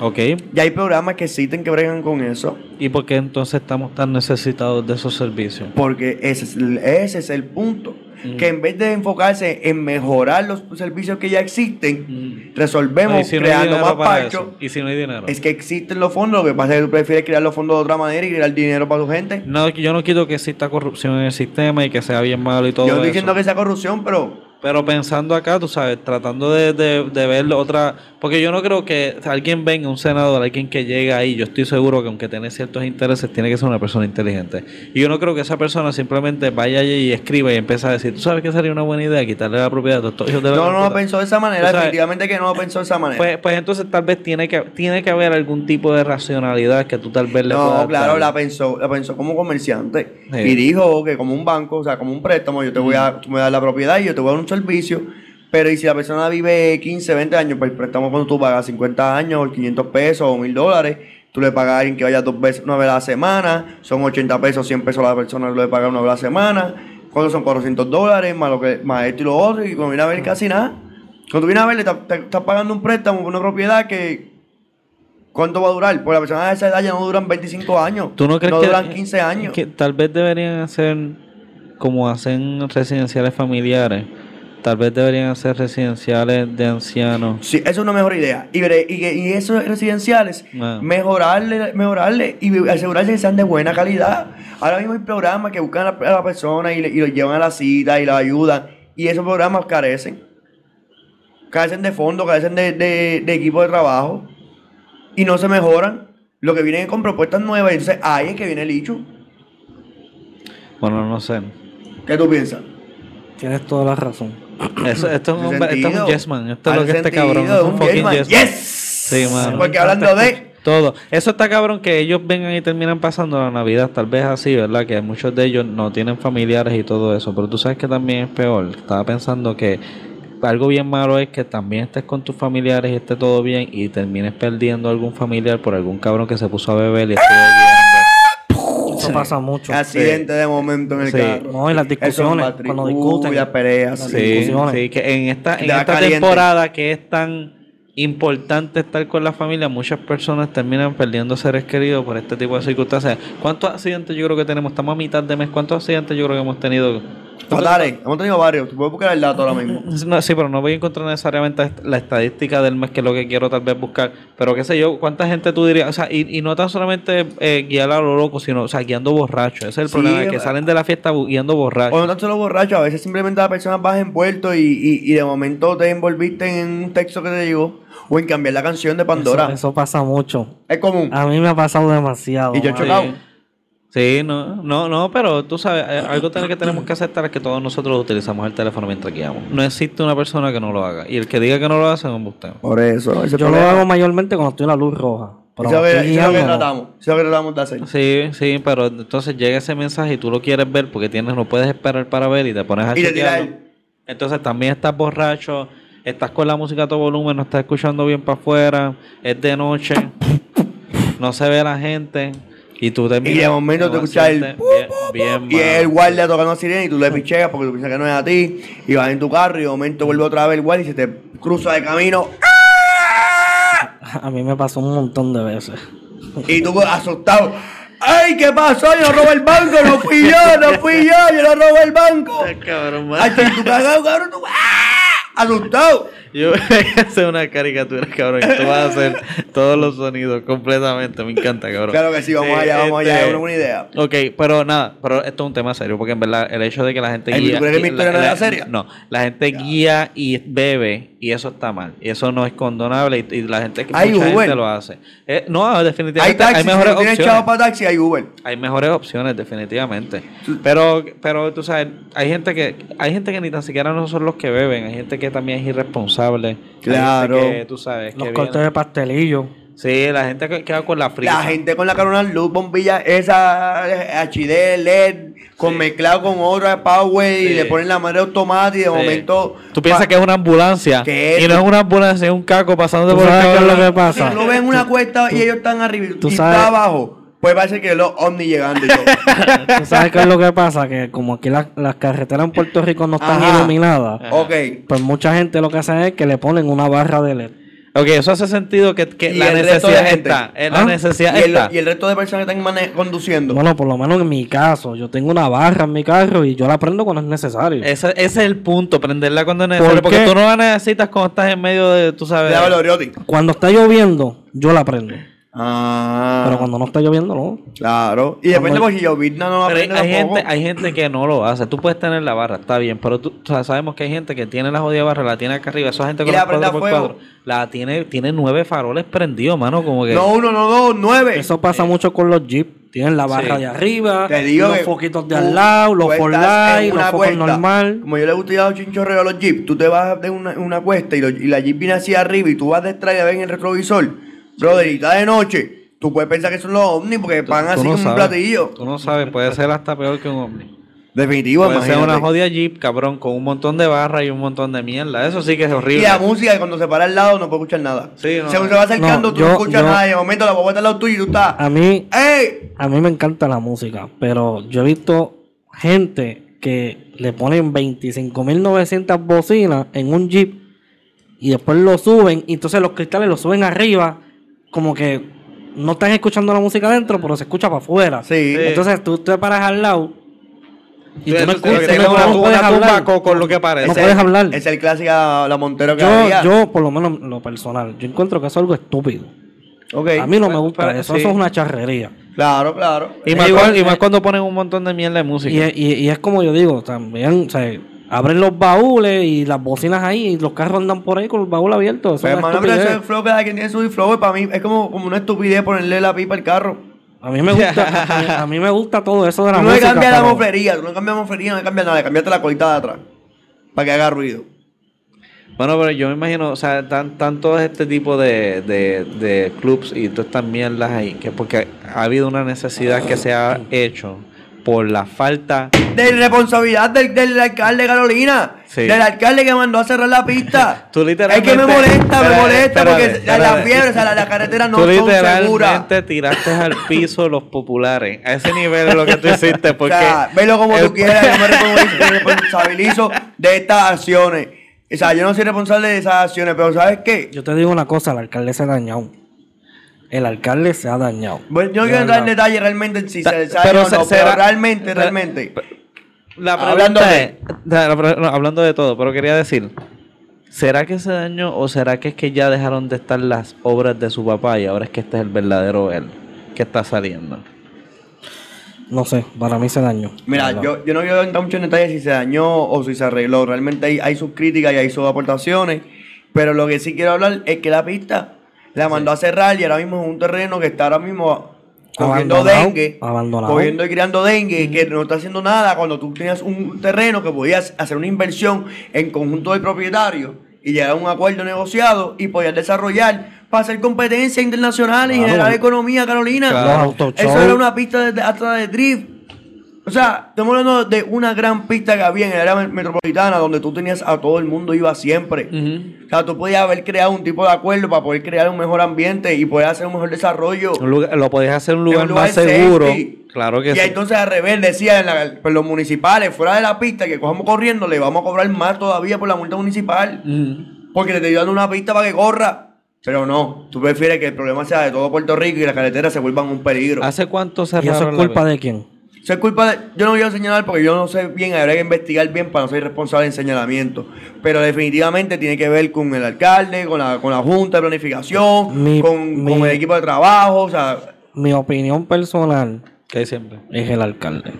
Speaker 1: Ok,
Speaker 2: Ya hay programas que existen que bregan con eso,
Speaker 1: ¿y por qué entonces estamos tan necesitados de esos servicios?
Speaker 2: porque ese es el, ese es el punto.
Speaker 1: Mm.
Speaker 2: Que en vez de enfocarse en mejorar los servicios que ya existen,
Speaker 1: Mm. No,
Speaker 2: resolvemos
Speaker 1: y si no hay
Speaker 2: creando
Speaker 1: dinero
Speaker 2: más
Speaker 1: para
Speaker 2: parchos.
Speaker 1: eso, Y si no hay dinero.
Speaker 2: Es que existen los fondos, lo que pasa es que tú prefieres crear los fondos de otra manera y crear dinero para tu gente.
Speaker 1: No, yo no quiero que exista corrupción en el sistema y que sea bien malo y todo
Speaker 2: Yo no
Speaker 1: eso.
Speaker 2: estoy diciendo que sea corrupción, pero
Speaker 1: Pero pensando acá, tú sabes, tratando de, de, de ver otra... Porque yo no creo que alguien venga, un senador, alguien que llega ahí, yo estoy seguro que aunque tiene ciertos intereses, tiene que ser una persona inteligente. Y yo no creo que esa persona simplemente vaya allí y escriba y empiece a decir, tú sabes que sería una buena idea quitarle la propiedad a estos hijos de la
Speaker 2: No, no lo
Speaker 1: gran puta"?
Speaker 2: pensó de esa
Speaker 1: O
Speaker 2: manera,
Speaker 1: sea,
Speaker 2: definitivamente que no lo pensó de esa manera.
Speaker 1: Pues, pues entonces tal vez tiene que, tiene que haber algún tipo de racionalidad que tú tal vez le puedas
Speaker 2: No, claro,
Speaker 1: dar.
Speaker 2: la pensó, la pensó como comerciante.
Speaker 1: Sí.
Speaker 2: Y dijo que como un banco, o sea, como un préstamo, yo te voy a, tú me das la propiedad y yo te voy a dar un servicio. Pero y si la persona vive 15, 20 años, pues el préstamo cuando tú pagas 50 años, 500 pesos o 1000 dólares, tú le pagas a alguien que vaya dos veces, una vez a la semana, son 80 pesos, 100 pesos a la persona le paga una vez a la semana, cuando son 400 dólares, más, lo que, más esto y lo otro, y cuando viene a ver casi nada, cuando viene a ver, le estás estás pagando un préstamo por una propiedad que ¿Cuánto va a durar? Pues las personas de esa edad ya no duran 25 años.
Speaker 1: ¿Tú no crees
Speaker 2: no
Speaker 1: que eh,
Speaker 2: duran 15 años.
Speaker 1: que tal vez deberían hacer como hacen residenciales familiares? Tal vez deberían hacer residenciales de ancianos.
Speaker 2: Sí, eso es una mejor idea. Y, veré- y, que- y esos residenciales,
Speaker 1: Ah.
Speaker 2: mejorarle, mejorarle y vi- asegurarse que sean de buena calidad. Ahora mismo hay programas que buscan a la, a la persona y, le- y lo llevan a la cita y la ayudan. Y esos programas carecen. Carecen de fondo, carecen de, de- de equipo de trabajo. Y no se mejoran. Lo que vienen es con propuestas nuevas. Entonces ahí es que viene el hecho.
Speaker 1: Bueno, no sé.
Speaker 2: ¿Qué tú piensas?
Speaker 3: Tienes toda la razón.
Speaker 1: Eso- esto, es
Speaker 2: Hace
Speaker 1: un, hombre- esto es
Speaker 2: sentido.
Speaker 1: un yes man. Esto es lo
Speaker 2: Hace
Speaker 1: que este
Speaker 2: sentido,
Speaker 1: cabrón es un
Speaker 2: yes
Speaker 1: fucking
Speaker 2: man.
Speaker 1: yes man.
Speaker 2: Yes.
Speaker 1: Sí, mano.
Speaker 2: Porque hablando de
Speaker 1: Todo. Eso está cabrón que ellos vengan y terminan pasando la Navidad, tal vez así, ¿verdad? Que muchos de ellos no tienen familiares y todo eso. Pero tú sabes que también es peor. Estaba pensando que algo bien malo es que también estés con tus familiares y esté todo bien y termines perdiendo algún familiar por algún cabrón que se puso a beber y estuvo
Speaker 3: Eso pasa mucho.
Speaker 2: accidente de momento en el
Speaker 1: Sí.
Speaker 2: carro.
Speaker 3: No, y las discusiones,
Speaker 2: Eso es un
Speaker 3: cuando
Speaker 2: batri-
Speaker 3: discuten.
Speaker 2: Uy, las peleas.
Speaker 3: Las
Speaker 2: sí.
Speaker 1: Sí,
Speaker 3: discusiones.
Speaker 1: sí, que en esta, en
Speaker 2: Da
Speaker 1: esta
Speaker 2: caliente.
Speaker 1: temporada que es tan importante estar con la familia, muchas personas terminan perdiendo seres queridos por este tipo de circunstancias. ¿Cuántos accidentes yo creo que tenemos? Estamos a mitad de mes. ¿Cuántos accidentes yo creo que hemos tenido?
Speaker 2: Fatales. Pues Hemos tenido varios. Tú puedes buscar el dato ahora mismo.
Speaker 1: No, sí, pero no voy a encontrar necesariamente est- la estadística del mes, que es lo que quiero tal vez buscar. Pero qué sé yo, ¿cuánta gente tú dirías? O sea, y, y no tan solamente eh, guiar a lo loco, sino, o sea, guiando borracho. Ese es el
Speaker 2: Sí,
Speaker 1: problema, que
Speaker 2: eh,
Speaker 1: salen de la fiesta bu- guiando borracho.
Speaker 2: O no tan solo borracho, a veces simplemente las personas vas envuelto y, y, y de momento te envolviste en un texto que te llegó o en cambiar la canción de Pandora.
Speaker 3: Eso, eso pasa mucho.
Speaker 2: Es común.
Speaker 3: A mí me ha pasado demasiado.
Speaker 2: y yo he
Speaker 3: mano.
Speaker 1: choco-
Speaker 2: chocado.
Speaker 1: Sí. Sí, no, no, no, pero tú sabes, eh, algo tener que tenemos que aceptar es que todos nosotros utilizamos el teléfono mientras guiamos. No existe una persona que no lo haga. Y el que diga que no lo hace es un bustero.
Speaker 2: Por eso. Ese
Speaker 3: Yo lo
Speaker 2: problema.
Speaker 3: hago mayormente cuando estoy en la luz roja. Pero
Speaker 2: Eso
Speaker 3: cuando
Speaker 2: es eso
Speaker 3: estoy
Speaker 2: es lo que
Speaker 3: guiando, no.
Speaker 2: tratamos. Eso es lo que tratamos de hacer.
Speaker 1: Sí, sí, pero entonces llega ese mensaje y tú lo quieres ver porque tienes, no puedes esperar para ver y te pones a
Speaker 2: Y le
Speaker 1: chequearlo.
Speaker 2: tiras
Speaker 1: Entonces también estás borracho, estás con la música a todo volumen, no estás escuchando bien para afuera, es de noche, no se ve la gente y tú terminas.
Speaker 2: Y de momento
Speaker 1: en
Speaker 2: te
Speaker 1: un
Speaker 2: escuchas el
Speaker 1: accidente Bien, bien
Speaker 2: Y es
Speaker 1: malo.
Speaker 2: el guardia tocando sirena y tú le picheas porque tú piensas que no es a ti. Y vas en tu carro y de momento vuelve otra vez el guardia y se te cruza de camino.
Speaker 3: A mí me pasó un montón de veces.
Speaker 2: Y tú asustado. ¡Ay, qué pasó! Yo no robé el banco, no fui yo, no fui yo, yo no robé el banco.
Speaker 1: Cabrón,
Speaker 2: Ay, tú cagado, cabrón, tú. ¡Ah! Asustado.
Speaker 1: Yo voy a hacer una caricatura, cabrón. Y tú vas a hacer todos los sonidos completamente. Me encanta, cabrón.
Speaker 2: Claro que sí, vamos
Speaker 1: Sí,
Speaker 2: allá, vamos allá, es
Speaker 1: este,
Speaker 2: una buena idea.
Speaker 1: Ok, pero nada, pero esto es un tema serio, porque en verdad el hecho de que la gente
Speaker 2: Ay, ¿tú
Speaker 1: guía.
Speaker 2: crees que mi
Speaker 1: y
Speaker 2: historia
Speaker 1: la-
Speaker 2: no era
Speaker 1: la-
Speaker 2: seria?
Speaker 1: No, la gente guía y bebe, y eso está mal. Y eso no es condonable, y, y la gente que
Speaker 2: Hay
Speaker 1: mucha gente
Speaker 2: Uber.
Speaker 1: lo hace. Eh, no,
Speaker 2: Hay
Speaker 1: definitivamente hay,
Speaker 2: taxis, si
Speaker 1: mejores
Speaker 2: no tienes
Speaker 1: opciones.
Speaker 2: chavo para taxi, hay Uber.
Speaker 1: Hay mejores opciones, definitivamente. Pero, pero tú sabes, hay gente que, hay gente que ni tan siquiera no son los que beben, hay gente que también es irresponsable. Hay gente
Speaker 2: Claro.
Speaker 1: que, tú sabes,
Speaker 3: Los
Speaker 1: que
Speaker 3: cortes
Speaker 1: viene-
Speaker 3: de pastelillo.
Speaker 1: Sí, la gente que queda con la frisa.
Speaker 2: La gente con la carona luz, bombilla, esa eh, HD, LED, con mezclado con otra Power
Speaker 1: Sí.
Speaker 2: y le ponen la madre automática y de
Speaker 1: Sí.
Speaker 2: momento.
Speaker 1: Tú piensas
Speaker 2: pa-
Speaker 1: que es una ambulancia.
Speaker 2: ¿Qué?
Speaker 1: Y no es una ambulancia, es un caco pasando
Speaker 3: ¿Tú
Speaker 1: por
Speaker 3: sabes qué
Speaker 1: acá.
Speaker 3: es lo que pasa?
Speaker 2: Si lo ven en una cuesta y ellos están arriba y
Speaker 3: tú
Speaker 2: tú
Speaker 3: sabes-
Speaker 2: estás abajo, pues parece que los ovnis llegando y todo.
Speaker 3: ¿Tú sabes qué es lo que pasa? Que como aquí las, las carreteras en Puerto Rico no están
Speaker 2: Ajá.
Speaker 3: iluminadas,
Speaker 1: Ajá.
Speaker 2: ok.
Speaker 3: pues mucha gente lo que hace es que le ponen una barra de LED.
Speaker 1: Ok, eso hace sentido que, que
Speaker 2: Y
Speaker 1: la
Speaker 2: el resto de
Speaker 1: necesidad
Speaker 2: gente.
Speaker 1: está. eh, La
Speaker 3: ¿Ah?
Speaker 2: Y
Speaker 1: necesidad
Speaker 2: el,
Speaker 1: está.
Speaker 2: y el resto de personas que están mane- conduciendo.
Speaker 3: Bueno, por lo menos en mi caso, yo tengo una barra en mi carro y yo la prendo cuando es necesario.
Speaker 1: Ese, ese es el punto, prenderla cuando es necesario.
Speaker 3: ¿Por
Speaker 1: porque
Speaker 3: qué?
Speaker 1: tú no la necesitas cuando estás en medio de, tú sabes.
Speaker 2: Le hablo a Oriotti.
Speaker 3: Cuando está lloviendo, yo la prendo.
Speaker 2: Ah,
Speaker 3: Pero cuando no está lloviendo, no.
Speaker 2: claro. Y depende
Speaker 3: Como-
Speaker 2: porque yo Vidna no lo
Speaker 1: Pero hay,
Speaker 2: aprende
Speaker 1: hay
Speaker 2: tampoco.
Speaker 1: gente, hay gente que no lo hace. Tú puedes tener la barra, está bien, pero tú o sea, sabemos que hay gente que tiene la jodida barra, la tiene acá arriba. Esa gente
Speaker 2: Y
Speaker 1: con
Speaker 2: le
Speaker 1: la
Speaker 2: prende
Speaker 1: 4 por
Speaker 2: fuego.
Speaker 1: 4 la tiene, tiene nueve faroles prendidos, mano, como que...
Speaker 2: No uno, no dos, nueve.
Speaker 3: Eso pasa mucho con los Jeep. Tienen la barra
Speaker 1: Sí.
Speaker 3: de arriba,
Speaker 2: Te digo
Speaker 3: los
Speaker 2: que
Speaker 3: foquitos de
Speaker 2: tú-
Speaker 3: al lado,
Speaker 2: tú
Speaker 3: los for
Speaker 2: estás en
Speaker 3: light, los
Speaker 2: una
Speaker 3: focos
Speaker 2: cuesta.
Speaker 3: normal.
Speaker 2: Como yo le gusta ir a los chinchorreos a los jeeps, tú te vas de una, una cuesta y, los- y la jeep viene hacia arriba y tú vas detrás y la ves en el retrovisor. Brother, y está de noche. Tú puedes pensar que son los ovnis porque van así
Speaker 1: no
Speaker 2: como un
Speaker 1: sabes.
Speaker 2: platillo.
Speaker 1: Tú no sabes, puede ser hasta peor que un ovni.
Speaker 2: Definitivo,
Speaker 1: Puede ser
Speaker 2: imagínate.
Speaker 1: una jodida Jeep, cabrón, con un montón de barra y un montón de mierda. Eso sí que es
Speaker 2: y
Speaker 1: horrible.
Speaker 2: la música, cuando se para al lado, no puedes escuchar nada.
Speaker 1: Sí, no.
Speaker 2: Según se va acercando,
Speaker 3: No,
Speaker 2: tú no
Speaker 3: yo-
Speaker 2: escuchas
Speaker 3: yo- Ah,
Speaker 2: nada. Y de momento la boba está al lado tuyo y tú estás.
Speaker 3: A mí,
Speaker 2: ¡Ey!
Speaker 3: a mí me encanta la música, pero yo he visto gente que le ponen 25.900 bocinas en un Jeep y después lo suben y entonces los cristales lo suben arriba como que no están escuchando la música adentro, pero se escucha para afuera.
Speaker 2: Sí.
Speaker 3: Entonces tú te paras al lado y tú no
Speaker 1: Entonces, lo que
Speaker 3: escuchas,
Speaker 1: tiene
Speaker 3: no-
Speaker 1: una
Speaker 3: no
Speaker 1: tumba-
Speaker 3: puedes
Speaker 1: una
Speaker 3: hablar.
Speaker 1: tumba con- con lo que parece.
Speaker 3: No puedes hablar.
Speaker 2: Es el clásico la Montero que
Speaker 3: Yo,
Speaker 2: había.
Speaker 3: yo, por lo menos en lo personal, yo encuentro que eso es algo estúpido.
Speaker 2: Ok.
Speaker 3: A mí no me
Speaker 1: Pero-
Speaker 3: gusta
Speaker 1: pero-
Speaker 3: eso,
Speaker 1: sí.
Speaker 3: eso es una charrería.
Speaker 2: Claro, claro.
Speaker 1: Y más,
Speaker 3: Igual-
Speaker 1: cuando, y más cuando ponen un montón de mierda de música.
Speaker 3: Y, es- y- y es como yo digo, también, o sea, abren los baúles y las bocinas ahí y los carros andan por ahí con el baúl abierto. Eso
Speaker 2: Pues,
Speaker 3: es una
Speaker 2: hermano, pero eso
Speaker 3: estupidez.
Speaker 2: es flow, cada quien tiene su flow. Para mí es como, como una estupidez ponerle la pipa al carro.
Speaker 3: A mí me gusta, a, mí, a mí me gusta todo eso de la
Speaker 2: Tú no le
Speaker 3: música.
Speaker 2: cambias la
Speaker 3: pero-
Speaker 2: moflería, tú no cambias la moflería, no le cambias nada, le cambiaste la colita de atrás. Para que haga ruido.
Speaker 1: Bueno, pero yo me imagino, o sea, tan, tanto este tipo de, de, de clubs y todas estas mierdas ahí, que porque ha habido una necesidad que se ha hecho por la falta.
Speaker 2: De responsabilidad del, del alcalde Carolina.
Speaker 1: Sí.
Speaker 2: Del alcalde que mandó a cerrar la pista.
Speaker 1: Tú literalmente-
Speaker 2: Es que me molesta, me
Speaker 1: Espérate,
Speaker 2: molesta porque
Speaker 1: espérate,
Speaker 2: la-
Speaker 1: espérate.
Speaker 2: la fiebre, o sea, la, la carretera no
Speaker 1: tú
Speaker 2: son seguras.
Speaker 1: literalmente tiraste al piso los populares. A ese nivel es lo que tú hiciste,
Speaker 2: O
Speaker 1: porque.
Speaker 2: sea, velo como
Speaker 1: el-
Speaker 2: tú quieras, yo me responsabilizo- me responsabilizo de estas acciones. O sea, yo no soy responsable de esas acciones, pero ¿sabes qué?
Speaker 3: Yo te digo una cosa, el alcalde se ha dañado. El alcalde se ha dañado.
Speaker 2: Bueno, Pues, yo no
Speaker 3: De
Speaker 2: quiero entrar en
Speaker 3: verdad.
Speaker 2: detalle realmente en si
Speaker 1: Ta-
Speaker 2: se sale
Speaker 1: pero
Speaker 2: o
Speaker 1: se-
Speaker 2: no,
Speaker 1: será-
Speaker 2: pero realmente,
Speaker 1: pero-
Speaker 2: realmente.
Speaker 1: La
Speaker 2: Hablando
Speaker 1: pregunta
Speaker 2: de-
Speaker 1: es- da- la pre- no, hablando de todo, pero quería decir, ¿será que se dañó o será que es que ya dejaron de estar las obras de su papá y ahora es que este es el verdadero él que está saliendo?
Speaker 3: No sé, para mí se dañó.
Speaker 2: Mira,
Speaker 3: De verdad.
Speaker 2: yo, yo no quiero entrar mucho en detalle si se dañó o si se arregló. Realmente hay, hay sus críticas y hay sus aportaciones. Pero lo que sí quiero hablar es que la pista la mandó a cerrar y ahora mismo es un terreno que está ahora mismo cogiendo
Speaker 3: Abandonado,
Speaker 2: dengue.
Speaker 3: abandonado.
Speaker 2: Cogiendo y criando dengue, que no está haciendo nada cuando tú tenías un terreno que podías hacer una inversión en conjunto del propietario y llegar a un acuerdo negociado y poder desarrollar para hacer competencia internacional y
Speaker 3: Claro.
Speaker 2: generar economía, Carolina.
Speaker 1: Claro.
Speaker 3: Los autoshows.
Speaker 2: Eso era una pista de, hasta de drift. O sea, estamos hablando de una gran pista que había en el área metropolitana donde tú tenías a todo el mundo, iba siempre. O sea, tú podías haber creado un tipo de acuerdo para poder crear un mejor ambiente y poder hacer un mejor desarrollo.
Speaker 1: Un lugar- lo podías hacer un lugar,
Speaker 2: En un lugar
Speaker 1: más seguro.
Speaker 2: safety.
Speaker 1: Claro que
Speaker 2: Y
Speaker 1: sí.
Speaker 2: entonces al revés decían la- pues, los municipales fuera de la pista que cojamos corriendo, le vamos a cobrar más todavía por la multa municipal
Speaker 1: Ujú.
Speaker 2: porque te estoy dando una pista para que corra. Pero no, tú prefieres que el problema sea de todo Puerto Rico y las carreteras se vuelvan un peligro.
Speaker 1: ¿Hace cuánto
Speaker 3: ¿Y eso
Speaker 1: cerraron
Speaker 3: es
Speaker 1: la
Speaker 3: culpa
Speaker 1: vez?
Speaker 3: de quién?
Speaker 2: Eso es culpa de- Yo no quiero señalar porque yo no sé bien, habría que investigar bien para no ser responsable en señalamiento. Pero definitivamente tiene que ver con el alcalde, con la, con la junta de planificación,
Speaker 3: Mi-
Speaker 2: con,
Speaker 3: mi-
Speaker 2: con el equipo de trabajo, o sea...
Speaker 3: Mi opinión personal
Speaker 1: Que siempre.
Speaker 3: es el alcalde.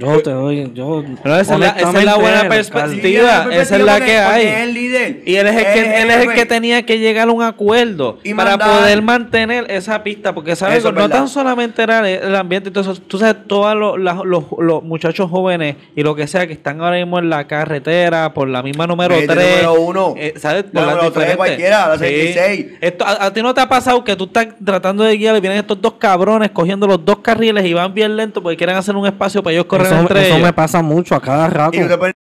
Speaker 3: Yo te doy, yo.
Speaker 1: Pero esa es la- esa es la buena
Speaker 3: honestamente, el alcalde.
Speaker 1: perspectiva. esa es la
Speaker 2: porque-
Speaker 1: que hay.
Speaker 2: porque Es el líder.
Speaker 1: Y él es, el que, él es el
Speaker 2: jefe.
Speaker 1: que tenía que llegar a un acuerdo
Speaker 2: Eh, pues. Y
Speaker 1: para
Speaker 2: mandar.
Speaker 1: poder mantener esa pista, porque sabes,
Speaker 2: Eso es
Speaker 1: no
Speaker 2: verdad.
Speaker 1: tan solamente era el el ambiente, entonces tú sabes, todos los, las- los- los muchachos jóvenes y lo que sea que están ahora mismo en la carretera por la misma número Eh,
Speaker 2: Mete
Speaker 1: 3,
Speaker 2: número uno.
Speaker 1: ¿sabes? Por
Speaker 2: La
Speaker 1: las
Speaker 2: número tres,
Speaker 1: diferentes.
Speaker 2: cualquiera, la
Speaker 1: Sí.
Speaker 2: 66.
Speaker 1: Esto, a, a ti no te ha pasado que tú estás tratando de guiar y vienen estos dos cabrones cogiendo los dos carriles y van bien lento porque quieren hacer un espacio para ellos correr
Speaker 3: Eso,
Speaker 1: entre
Speaker 3: eso
Speaker 1: ellos.
Speaker 3: me pasa mucho a cada rato.
Speaker 2: Y tú te pones-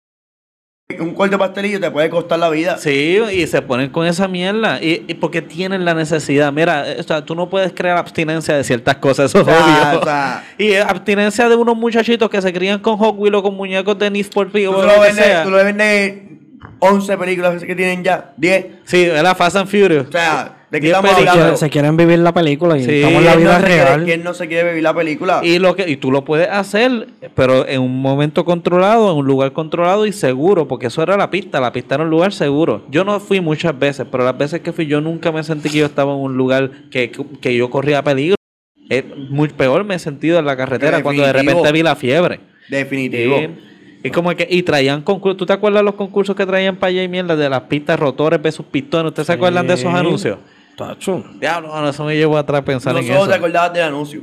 Speaker 2: un corte de pastelillo te puede costar la vida.
Speaker 1: Sí, y se ponen con esa mierda. Y, y porque tienen la necesidad. Mira, eh, o sea, tú no puedes crear abstinencia de ciertas cosas, eso es
Speaker 2: O sea,
Speaker 1: obvio.
Speaker 2: o sea,
Speaker 1: y eh, abstinencia de unos muchachitos que se crían con Hot Wheels o con muñecos de Need for Speed
Speaker 2: tú,
Speaker 1: o
Speaker 2: solo
Speaker 1: lo que
Speaker 2: vendes,
Speaker 1: sea.
Speaker 2: tú le vendes 11 películas que tienen ya, 10.
Speaker 1: Sí, es la Fast and Furious.
Speaker 2: O sea, ¿De qué
Speaker 1: Diez
Speaker 2: estamos
Speaker 1: películas.
Speaker 2: hablando?
Speaker 3: se quieren vivir la película y
Speaker 1: Sí,
Speaker 3: estamos
Speaker 2: ¿Quién Eh,
Speaker 3: en la
Speaker 2: no
Speaker 3: vida
Speaker 2: se quiere-
Speaker 3: real.
Speaker 2: ¿Quién no se quiere vivir la película?
Speaker 1: Y, lo que, y tú lo puedes hacer, pero en un momento controlado, en un lugar controlado y seguro, porque eso era la pista, la pista era un lugar seguro. Yo no fui muchas veces, pero las veces que fui yo nunca me sentí que yo estaba en un lugar que, que yo corría peligro. Es muy peor me he sentido en la carretera cuando de
Speaker 2: Definitivo.
Speaker 1: repente vi la fiebre. Eh,
Speaker 2: Definitivo.
Speaker 3: eh,
Speaker 1: Y como que, y traían concursos, ¿tú te acuerdas los concursos que traían para allá y mierda de las pistas rotores versus pistones? ¿Ustedes se acuerdan de esos
Speaker 3: Sí.
Speaker 1: anuncios?
Speaker 3: Tacho.
Speaker 1: Diablo, mano, eso me llevó atrás pensando
Speaker 2: No
Speaker 1: en
Speaker 2: solo te
Speaker 1: eso.
Speaker 2: acordabas del anuncio.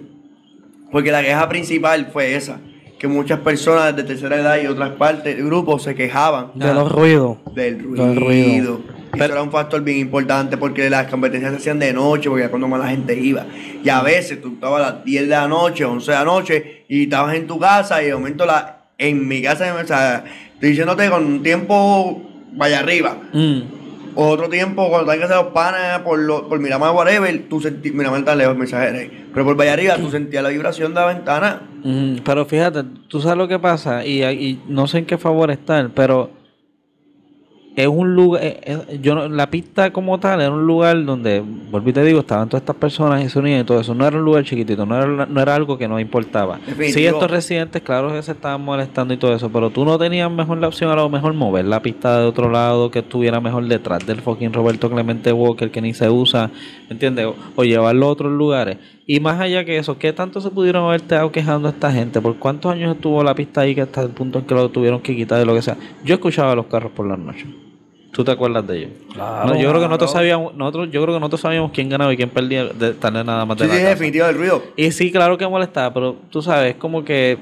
Speaker 2: Porque la queja principal fue esa. Que muchas personas de tercera edad y otras partes del grupo se quejaban
Speaker 3: De los ruidos.
Speaker 2: del ruido.
Speaker 3: Del ruido.
Speaker 2: Eso era un factor bien importante porque las competencias se hacían de noche, porque era cuando más la gente iba. Y a veces tú estabas a las 10 de la noche, 11 de la noche, y estabas en tu casa y de momento la, en mi casa, o sea, estoy diciéndote con un tiempo vaya arriba.
Speaker 1: Mm.
Speaker 2: Otro tiempo, cuando tengas que hacer los panas por, lo, por Miramar, whatever, tú sentías, Miramar está lejos, mensajero, pero por Vallarriba tú sentías la vibración de la ventana.
Speaker 1: Mm, pero fíjate, tú sabes lo que pasa y, y no sé en qué favor estar, pero es un lugar, eh, eh, yo no- la pista como tal era un lugar donde, volví y te digo, estaban todas estas personas y se unían y todo eso, no era un lugar chiquitito, no era, no era algo que no importaba.
Speaker 2: Definitivo.
Speaker 1: Sí, estos residentes, claro, que se estaban molestando y todo eso, pero tú no tenías mejor la opción a lo mejor mover la pista de otro lado, que estuviera mejor detrás del fucking Roberto Clemente Walker, que ni se usa, ¿me entiendes? O, o llevarlo a otros lugares. Y más allá que eso, ¿qué tanto se pudieron haber estado quejando a esta gente? ¿Por cuántos años estuvo la pista ahí que hasta el punto en que lo tuvieron que quitar y lo que sea? Yo escuchaba los carros por las noches. ¿Tú te acuerdas de ellos?
Speaker 3: Claro,
Speaker 1: No, yo creo que nosotros
Speaker 2: claro.
Speaker 1: sabíamos, nosotros, yo creo que nosotros sabíamos quién ganaba y quién perdía de estar nada más de
Speaker 2: Sí,
Speaker 1: la
Speaker 2: sí,
Speaker 1: casa.
Speaker 2: definitivo del ruido.
Speaker 1: Y sí, claro que molestaba, pero tú sabes, como que,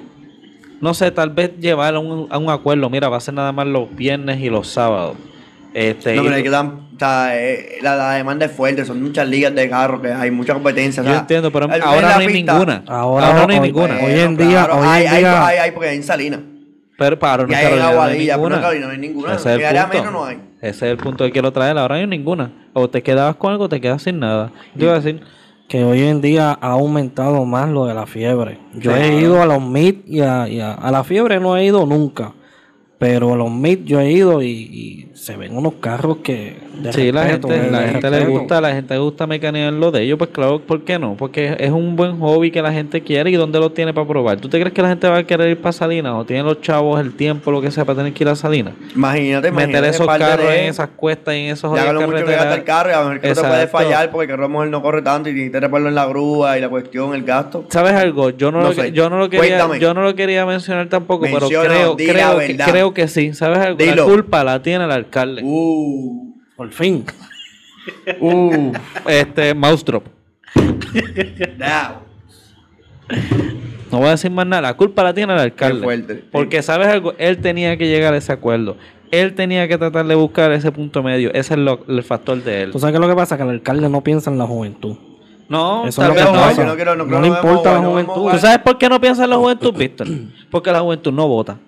Speaker 1: no sé, tal vez llevar a un, a un acuerdo, mira, va a ser nada más los viernes y los sábados. Este,
Speaker 2: No,
Speaker 1: y-
Speaker 2: pero es que dan- o sea, eh, la, la demanda es fuerte, son muchas ligas de carros, que hay mucha competencia. o
Speaker 1: yo
Speaker 2: sea,
Speaker 1: entiendo, pero
Speaker 2: al menos en
Speaker 1: ahora
Speaker 2: la
Speaker 1: no hay
Speaker 2: pista,
Speaker 1: ninguna.
Speaker 3: Ahora-
Speaker 1: no hay
Speaker 3: hoy-
Speaker 1: ninguna.
Speaker 2: bueno,
Speaker 3: Hoy en día- hoy en
Speaker 2: hay, hay-
Speaker 3: día-
Speaker 2: hay, hay, porque hay en Salinas.
Speaker 1: Pero para
Speaker 2: Y
Speaker 1: no
Speaker 2: hay en
Speaker 1: Carolina no hay
Speaker 2: Aguadilla, pero en
Speaker 1: ninguna.
Speaker 2: Carolina no hay ninguna.
Speaker 1: Ese es
Speaker 2: En
Speaker 1: el
Speaker 2: área
Speaker 1: punto.
Speaker 2: menos no hay.
Speaker 1: Ese es el punto que quiero traer. Ahora no hay ninguna. O te quedabas con algo o te quedas sin nada. Yo iba a decir,
Speaker 3: que hoy en día ha aumentado más lo de la fiebre. Yo he ido a los meet y, a, y a- a la fiebre no he ido nunca. Pero a los meet yo he ido y, y se ven unos carros que... de
Speaker 1: sí, la
Speaker 3: respeto,
Speaker 1: gente,
Speaker 3: de
Speaker 1: la gente le
Speaker 3: respeto.
Speaker 1: gusta, la gente le gusta mecanear lo de ellos, pues claro, ¿por qué no? Porque es un buen hobby que la gente quiere y dónde lo tiene para probar. ¿Tú te crees que la gente va a querer ir para Salinas o tienen los chavos el tiempo, lo que sea, para tener que ir a Salinas?
Speaker 2: Imagínate, imagínate.
Speaker 1: Meter esos
Speaker 2: parte
Speaker 1: carros
Speaker 2: de-
Speaker 1: en esas cuestas y en esos
Speaker 2: Ya
Speaker 1: jodidas
Speaker 2: lo mucho que
Speaker 1: carreteras.
Speaker 2: gasta el carro y a lo mejor que no te puede
Speaker 1: Exacto.
Speaker 2: fallar porque el carro a lo mejor no corre tanto y tienes que repararlo en la grúa y la cuestión, el gasto.
Speaker 1: ¿Sabes algo? Yo no,
Speaker 2: No
Speaker 1: lo, que-
Speaker 2: sé.
Speaker 1: yo no lo quería,
Speaker 2: Cuéntame.
Speaker 1: yo no lo quería mencionar tampoco,
Speaker 2: Menciona,
Speaker 1: pero creo,
Speaker 2: di la
Speaker 1: creo, que,
Speaker 2: verdad.
Speaker 1: creo que sí. ¿Sabes algo? La
Speaker 2: Dilo.
Speaker 1: culpa la tiene el alcalde.
Speaker 2: Uh,
Speaker 3: Por fin.
Speaker 2: uh,
Speaker 1: Este, Maustrop.
Speaker 2: damn.
Speaker 1: No voy a decir más nada. La culpa la tiene el alcalde.
Speaker 2: Qué fuerte.
Speaker 1: Porque, ¿sabes algo? Él tenía que llegar a ese acuerdo. Él tenía que tratar de buscar ese punto medio. Ese es lo- el factor de él.
Speaker 3: ¿Tú sabes qué es lo que pasa? Que el alcalde no piensa en la juventud.
Speaker 1: No,
Speaker 3: Eso es
Speaker 1: tal
Speaker 3: lo que
Speaker 1: vez no.
Speaker 3: pasa.
Speaker 2: yo no quiero- no
Speaker 3: No
Speaker 2: quiero-
Speaker 3: le
Speaker 2: no vemos
Speaker 3: importa la
Speaker 2: guay, no vemos
Speaker 3: juventud.
Speaker 2: guay.
Speaker 1: ¿Tú sabes por qué no piensa en la juventud, Víctor? Porque la juventud no vota.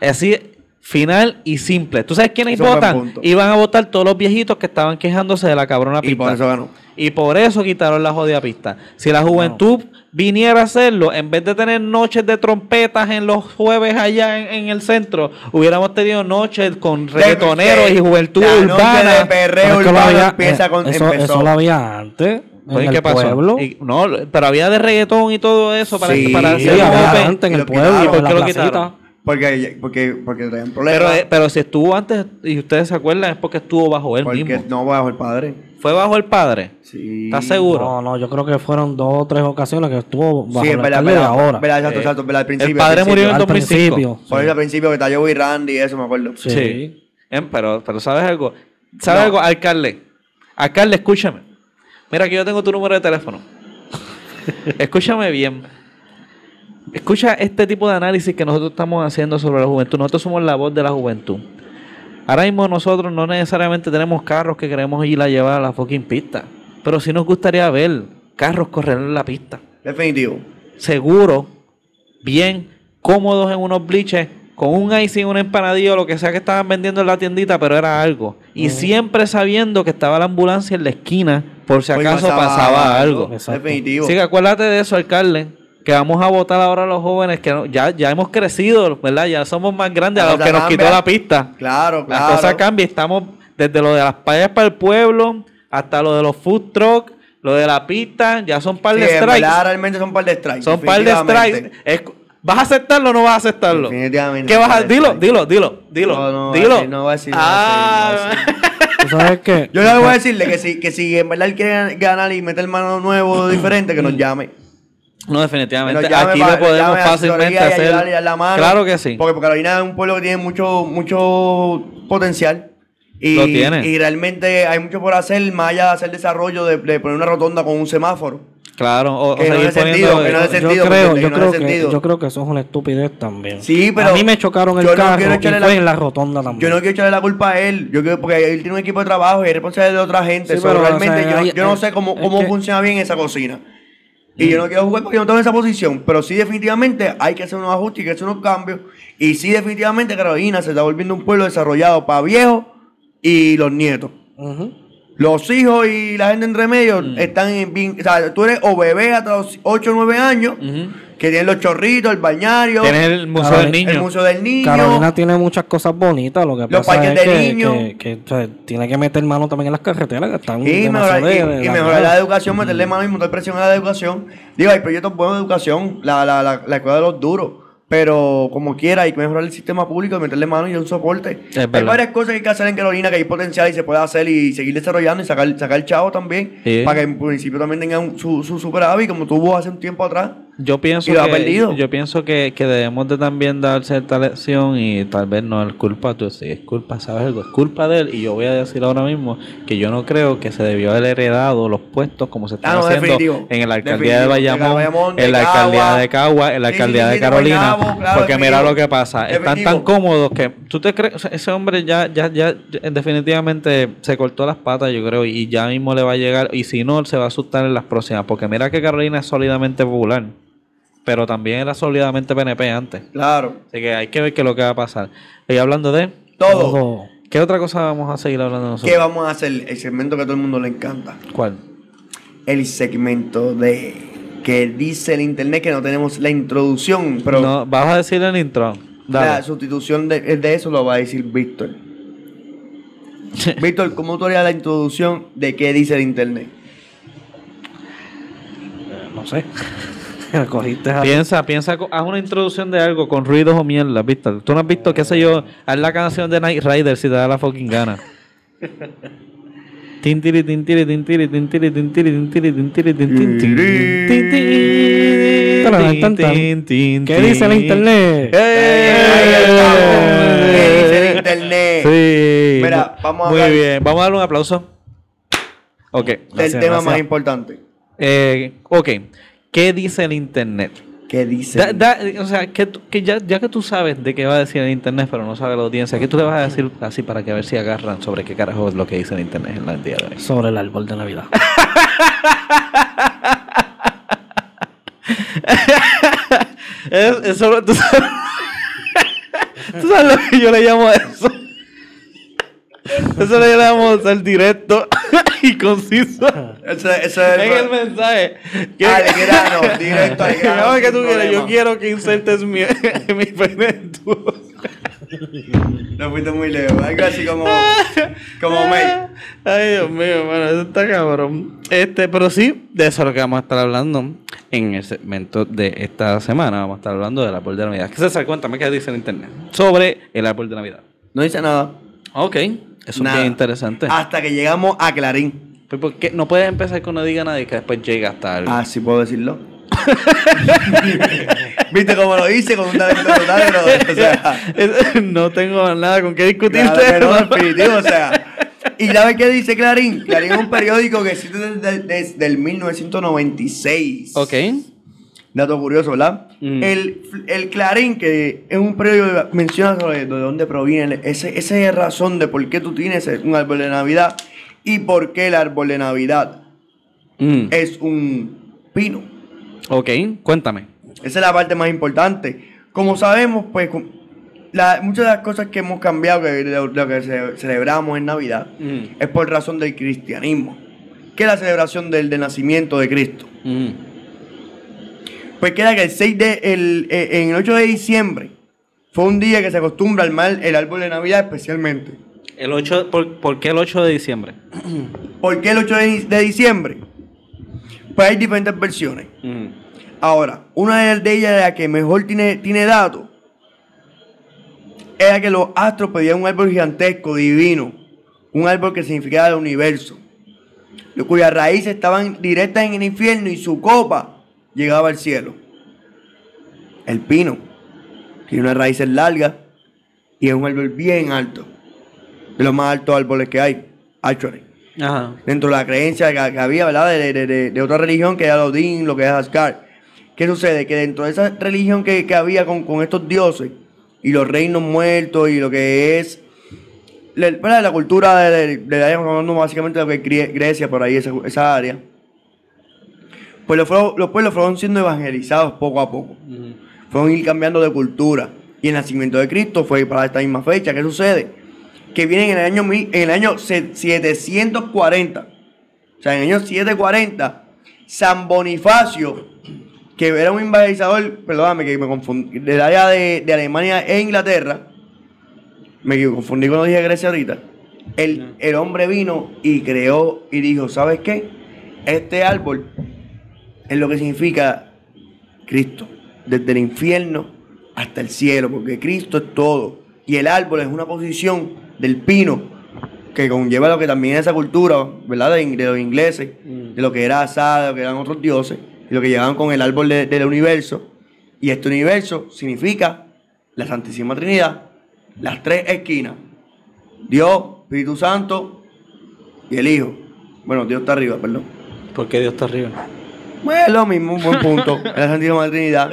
Speaker 1: Así, final y simple. ¿Tú sabes quiénes
Speaker 2: Eso es un buen
Speaker 1: votan?
Speaker 2: punto.
Speaker 1: Iban a votar todos los viejitos que estaban quejándose de la cabrona pista.
Speaker 2: Y por eso ganó.
Speaker 1: Y por eso quitaron la jodida pista. Si la juventud viniera a hacerlo, en vez de tener noches de trompetas en los jueves allá en, en el centro, hubiéramos tenido noches con reggaetoneros y juventud
Speaker 2: La noche de
Speaker 1: urbana.
Speaker 3: Pero
Speaker 2: perreo
Speaker 3: es que lo
Speaker 2: urbano
Speaker 3: había-
Speaker 2: empieza
Speaker 3: eh,
Speaker 2: con.
Speaker 3: eso,
Speaker 2: empezó.
Speaker 3: eso lo había antes. En
Speaker 1: Oye,
Speaker 3: el
Speaker 1: ¿Qué pasó?
Speaker 3: pueblo.
Speaker 1: Y- no, pero había de reggaetón y todo eso para,
Speaker 2: Sí,
Speaker 1: para
Speaker 3: Sí,
Speaker 1: hacer
Speaker 2: lo
Speaker 3: había
Speaker 2: quitaron,
Speaker 1: open.
Speaker 3: antes en
Speaker 2: y
Speaker 3: el
Speaker 2: lo
Speaker 3: pueblo.
Speaker 2: quitaron.
Speaker 3: en
Speaker 1: ¿Por qué
Speaker 3: la
Speaker 1: lo quitaron?
Speaker 3: placita.
Speaker 2: Porque, porque, porque traían
Speaker 1: Pero,
Speaker 2: problemas.
Speaker 1: eh, pero si estuvo antes, y ustedes se acuerdan, es porque estuvo bajo él
Speaker 2: porque
Speaker 1: mismo.
Speaker 2: no bajo el padre.
Speaker 1: Fue bajo el padre.
Speaker 2: Sí.
Speaker 1: ¿Estás seguro?
Speaker 3: No, no, yo creo que fueron dos o tres ocasiones que estuvo bajo
Speaker 2: Sí, es
Speaker 3: el
Speaker 2: verdad,
Speaker 3: alcalde de
Speaker 2: verdad.
Speaker 3: ahora.
Speaker 2: Verdad, exacto, exacto, verdad, al principio.
Speaker 1: Eh, el padre
Speaker 2: al
Speaker 1: murió en
Speaker 2: principio.
Speaker 1: el
Speaker 3: Al
Speaker 1: 2005.
Speaker 3: principio.
Speaker 2: Por eso al principio que estalló Boy Randy, eso me acuerdo.
Speaker 1: Sí.
Speaker 3: Sí.
Speaker 1: Em, pero, pero ¿sabes algo? ¿Sabes
Speaker 2: No.
Speaker 1: algo? Alcalde. Alcalde, escúchame. Mira que yo tengo tu número de teléfono. escúchame bien. Escucha este tipo de análisis que nosotros estamos haciendo sobre la juventud. Nosotros somos la voz de la juventud. Ahora mismo nosotros no necesariamente tenemos carros que queremos ir a llevar a la fucking pista. Pero sí nos gustaría ver carros correr en la pista
Speaker 2: Definitivo.
Speaker 1: seguro, bien, cómodos en unos bliches, con un icing, un empanadillo, lo que sea que estaban vendiendo en la tiendita, pero era algo. Y siempre sabiendo que estaba la ambulancia en la esquina, por si
Speaker 2: Pues
Speaker 1: acaso pasaba algo.
Speaker 3: Exacto.
Speaker 2: Definitivo.
Speaker 1: Sí, que acuérdate de eso, alcalde. Que vamos a votar ahora a los jóvenes que no- ya, ya hemos crecido, ¿verdad? Ya somos más grandes a
Speaker 2: La
Speaker 1: los
Speaker 2: cosa
Speaker 1: que nos quitó
Speaker 2: cambia.
Speaker 1: la pista.
Speaker 2: Claro,
Speaker 1: Las
Speaker 2: claro.
Speaker 1: cosas cambian. Estamos desde lo de las playas para el pueblo, hasta lo de los food truck, lo de la pista, ya son par
Speaker 2: Sí,
Speaker 1: de
Speaker 2: en
Speaker 1: strikes.
Speaker 2: verdad, realmente son par de strikes.
Speaker 1: son par de
Speaker 2: definitivamente.
Speaker 1: strikes. Es- ¿Vas a aceptarlo o no vas a aceptarlo?
Speaker 2: Definitivamente
Speaker 1: ¿Qué vas a
Speaker 2: son par de
Speaker 1: Dilo,
Speaker 2: strikes.
Speaker 1: dilo, dilo, dilo.
Speaker 2: No, no,
Speaker 1: dilo.
Speaker 2: así no voy a decir, no voy a decir, no
Speaker 1: ah,
Speaker 2: voy a decir.
Speaker 3: Tú sabes que.
Speaker 2: Yo le voy a decirle que si, que si en verdad él quiere ganar y meter mano nuevo, diferente, que
Speaker 1: Mm.
Speaker 2: nos llame.
Speaker 1: no,
Speaker 2: Que
Speaker 1: definitivamente.
Speaker 2: nos llame
Speaker 1: Aquí
Speaker 2: pa-
Speaker 1: le podemos
Speaker 2: llame a
Speaker 1: fácilmente
Speaker 2: asesoría y
Speaker 1: hacer.
Speaker 2: ayudarle a la mano.
Speaker 1: Claro que sí.
Speaker 2: Porque Carolina es un pueblo que tiene mucho, mucho potencial. Y,
Speaker 1: Lo tiene.
Speaker 2: y realmente hay mucho por hacer, más allá de hacer desarrollo, de, de poner una rotonda con un semáforo.
Speaker 1: Claro. O, o
Speaker 2: Que no
Speaker 1: seguir
Speaker 2: hace sentido,
Speaker 1: poniendo-
Speaker 2: que no hace
Speaker 3: yo
Speaker 2: sentido,
Speaker 3: creo,
Speaker 2: porque
Speaker 3: yo
Speaker 2: no
Speaker 3: creo
Speaker 2: hace
Speaker 3: que,
Speaker 2: sentido.
Speaker 3: yo creo que eso es una estupidez también.
Speaker 2: Sí, pero
Speaker 3: a mí me chocaron el
Speaker 2: yo no
Speaker 3: carro
Speaker 2: quiero
Speaker 3: y
Speaker 2: echarle
Speaker 3: fue
Speaker 2: la-
Speaker 3: en la rotonda también.
Speaker 2: Yo no quiero echarle la culpa a él, yo quiero, porque él tiene un equipo de trabajo y es responsable de otra gente.
Speaker 3: Sí,
Speaker 2: so,
Speaker 3: pero, o
Speaker 2: realmente
Speaker 3: sea,
Speaker 2: yo,
Speaker 3: hay-
Speaker 2: yo no
Speaker 3: hay-
Speaker 2: sé cómo,
Speaker 3: es
Speaker 2: cómo
Speaker 3: que-
Speaker 2: funciona bien esa cocina. Y yo no quiero jugar porque yo no tengo esa posición. Pero sí, definitivamente hay que hacer unos ajustes y que hacer unos cambios. Y sí, definitivamente Carolina se está volviendo un pueblo desarrollado para viejos y los nietos.
Speaker 3: Ujú.
Speaker 2: Los hijos y la gente entre medio
Speaker 3: Mm.
Speaker 2: están en bien. O sea, tú eres o bebé hasta los 8 o 9 años,
Speaker 1: Ujú.
Speaker 2: que tienen los chorritos, el bañario,
Speaker 1: Tienes el Museo
Speaker 3: Claro,
Speaker 1: del Niño.
Speaker 2: Ah, el museo del niño.
Speaker 3: Carolina tiene muchas cosas bonitas, lo que
Speaker 2: Los
Speaker 3: pasa
Speaker 2: parques
Speaker 3: es
Speaker 2: de
Speaker 3: que,
Speaker 2: niños.
Speaker 3: que- que, o sea, tiene que meter mano también en las carreteras que están
Speaker 2: Y mejorar,
Speaker 3: demasiado
Speaker 2: y,
Speaker 3: de- de
Speaker 2: y
Speaker 3: la
Speaker 2: mejorar
Speaker 3: mierda.
Speaker 2: la educación, meterle mano y montar presión a la educación. Digo, hay proyectos buenos de educación, la, la, la, la escuela de los duros, pero como quiera, hay que mejorar el sistema público y meterle mano y un soporte.
Speaker 1: Es
Speaker 2: hay
Speaker 1: verdad.
Speaker 2: varias cosas que hay que hacer en Carolina que hay potencial y se puede hacer y seguir desarrollando y sacar, sacar chavo también,
Speaker 1: Sí.
Speaker 2: para que en principio también tengan su, su superávit, como tuvo hace un tiempo atrás.
Speaker 1: Yo pienso
Speaker 2: Y lo ha
Speaker 1: que,
Speaker 2: perdido.
Speaker 1: Yo pienso que, que debemos de también dar cierta lección y tal vez no es culpa tuya, si es culpa, ¿sabes algo? Es culpa de él y yo voy a decir ahora mismo que yo no creo que se debió haber heredado los puestos como se están
Speaker 2: Ah, no,
Speaker 1: haciendo
Speaker 2: definitivo.
Speaker 1: en la alcaldía de
Speaker 2: Definitivo.
Speaker 1: Bayamón,
Speaker 2: De Bayamón, de
Speaker 1: en la alcaldía
Speaker 2: Cagua.
Speaker 1: de Cagua, en la
Speaker 2: Sí, sí,
Speaker 1: alcaldía
Speaker 2: sí,
Speaker 1: de
Speaker 2: de
Speaker 1: Carolina,
Speaker 2: Guaynabo, claro,
Speaker 1: porque mira
Speaker 2: definitivo.
Speaker 1: lo que pasa, están tan
Speaker 2: Definitivo.
Speaker 1: cómodos que tú te crees, o sea, ese hombre ya, ya, ya, ya definitivamente se cortó las patas, yo creo, y ya mismo le va a llegar, y si no, él se va a asustar en las próximas, porque mira que Carolina es sólidamente popular, pero también era sólidamente PNP antes,
Speaker 2: Claro.
Speaker 1: así que hay que ver qué es lo que va a pasar. Y hablando de,
Speaker 2: Todo.
Speaker 3: Todo.
Speaker 1: ¿qué otra cosa vamos a seguir hablando nosotros?
Speaker 2: ¿Qué vamos a hacer? El segmento que a todo el mundo le encanta.
Speaker 1: ¿Cuál?
Speaker 2: El segmento de que dice el internet que no tenemos la introducción, pero
Speaker 1: no, vas a decir el intro.
Speaker 2: La
Speaker 1: Dale.
Speaker 2: sustitución de, eh, de eso lo va a decir Víctor. Víctor, ¿cómo tú harías la introducción de qué dice el internet?
Speaker 3: Eh, No sé. Cogiste a-
Speaker 1: Piensa, piensa, co- haz una introducción de algo con ruidos o mierda, Víctor. Tú no has visto, qué sé yo, haz la canción de Night Rider si te da la fucking gana. Tin, tiri, tin, tiri, tin, tiri, tin, tiri, tin, tiri, tin, tiri, tin, tiri, tin, tin, tin, tin, tin, tin, tin, tin,
Speaker 3: ¿Qué dice el
Speaker 1: tin.
Speaker 3: internet?
Speaker 2: ¿Qué
Speaker 1: ¡Eh!
Speaker 2: dice el internet?
Speaker 1: Sí.
Speaker 2: Mira, vamos a
Speaker 1: Muy
Speaker 2: hablar-
Speaker 1: bien, vamos a darle un aplauso. Ok.
Speaker 2: Del
Speaker 3: Gracias,
Speaker 2: tema
Speaker 3: gracias.
Speaker 2: más importante.
Speaker 1: Eh, ok. ¿Qué dice el internet?
Speaker 2: ¿Qué dice?
Speaker 1: Da-
Speaker 2: el-
Speaker 1: da- o sea, que, tú- que ya, ya que tú sabes de qué va a decir el internet, pero no sabe la audiencia, ¿qué tú le vas a decir así para que a ver si agarran sobre qué carajo es lo que dice el internet en la día de hoy?
Speaker 3: Sobre el árbol de Navidad.
Speaker 1: Es- es solo- ¿tú, sabes, tú sabes lo que yo le llamo a eso. Eso le llamo ser directo y conciso.
Speaker 2: Ese, ese es
Speaker 1: en el
Speaker 2: el...
Speaker 1: mensaje.
Speaker 2: Al grano, directo al grano,
Speaker 1: Digamos que tú
Speaker 2: sin
Speaker 1: quieres, yo
Speaker 2: problema.
Speaker 1: quiero que insertes mi, mi pene en tu-
Speaker 2: No fuiste muy lejos. Algo así como... como May.
Speaker 1: Ay, Dios mío, bueno, eso está cabrón. Este, pero sí, de eso es lo que vamos a estar hablando en el segmento de esta semana. Vamos a estar hablando del árbol de Navidad. César, cuéntame qué dice el internet sobre el árbol de Navidad.
Speaker 2: No dice nada.
Speaker 1: Ok, eso
Speaker 2: Nada.
Speaker 1: es bien interesante.
Speaker 2: Hasta que llegamos a Clarín.
Speaker 1: Pues, ¿por qué no puedes empezar con no diga nada y que después llega hasta algo.
Speaker 2: Ah, sí puedo decirlo. ¿Viste cómo lo hice con un talento total? Pero, o sea...
Speaker 1: Es- no tengo nada con qué discutirte.
Speaker 2: Claro que no, definitivo, o sea. ¿Y sabes qué dice Clarín? Clarín es un periódico que existe desde, desde el 1996.
Speaker 1: ok,
Speaker 2: Dato curioso, ¿verdad?
Speaker 1: Mm.
Speaker 2: El, el Clarín, que es un periódico que menciona sobre de dónde proviene, el- ese, esa es la razón de por qué tú tienes un árbol de Navidad y por qué el árbol de Navidad
Speaker 1: Mm,
Speaker 2: es un pino.
Speaker 1: ok, cuéntame.
Speaker 2: Esa es la parte más importante. Como sabemos, pues, con- la- muchas de las cosas que hemos cambiado, que, lo, lo que ce- celebramos en Navidad,
Speaker 1: Mm,
Speaker 2: es por razón del cristianismo, que es la celebración del, del nacimiento de Cristo.
Speaker 1: mm,
Speaker 2: Pues queda que el 6 de, el, eh, en el 8 de diciembre fue un día que se acostumbra al mal el árbol de Navidad especialmente.
Speaker 1: El 8, ¿por, por qué el 8 de diciembre?
Speaker 2: ¿Por qué el 8 de, de diciembre? Pues hay diferentes versiones.
Speaker 1: Mm.
Speaker 2: Ahora, una de ellas, de la que mejor tiene, tiene datos, era que los astros pedían un árbol gigantesco, divino, un árbol que significaba el universo, lo cuyas raíces estaban directas en el infierno y su copa llegaba al cielo. El pino tiene unas raíces largas y es un árbol bien alto, de los más altos árboles que hay, actually
Speaker 1: Ajá.
Speaker 2: dentro de la creencia que, que había, ¿verdad? De, de- de- de otra religión que era los Odín, lo que es Asgard. ¿Qué sucede? Que dentro de esa religión que, que había con, con estos dioses y los reinos muertos y lo que es la, ¿verdad? la cultura de, de- de- estamos hablando básicamente de lo que es Grie- Grecia, por ahí, esa, esa área, pues los, fueron- los pueblos fueron siendo evangelizados poco a poco fueron ir cambiando de cultura. Y el nacimiento de Cristo fue para esta misma fecha. ¿Qué sucede? Que vienen en el año, mil- en el año se- 740. O sea, en el año 740, San Bonifacio, que era un evangelizador, perdóname que me confundí, del área de, de Alemania e Inglaterra, me confundí con lo dije Grecia ahorita, el, el hombre vino y creó y dijo, ¿sabes qué? Este árbol es lo que significa Cristo, desde el infierno hasta el cielo, porque Cristo es todo. Y el árbol es una posición del pino que conlleva lo que también es esa cultura, ¿verdad? De, in- de los ingleses, de lo que era asada, de lo que eran otros dioses, y lo que llevaban con el árbol de- del universo. Y este universo significa la Santísima Trinidad, las tres esquinas, Dios, Espíritu Santo y el Hijo. Bueno, Dios está arriba, perdón.
Speaker 1: ¿Por qué Dios está arriba?
Speaker 2: Bueno, es lo mismo, un buen punto. Es la Santísima Trinidad.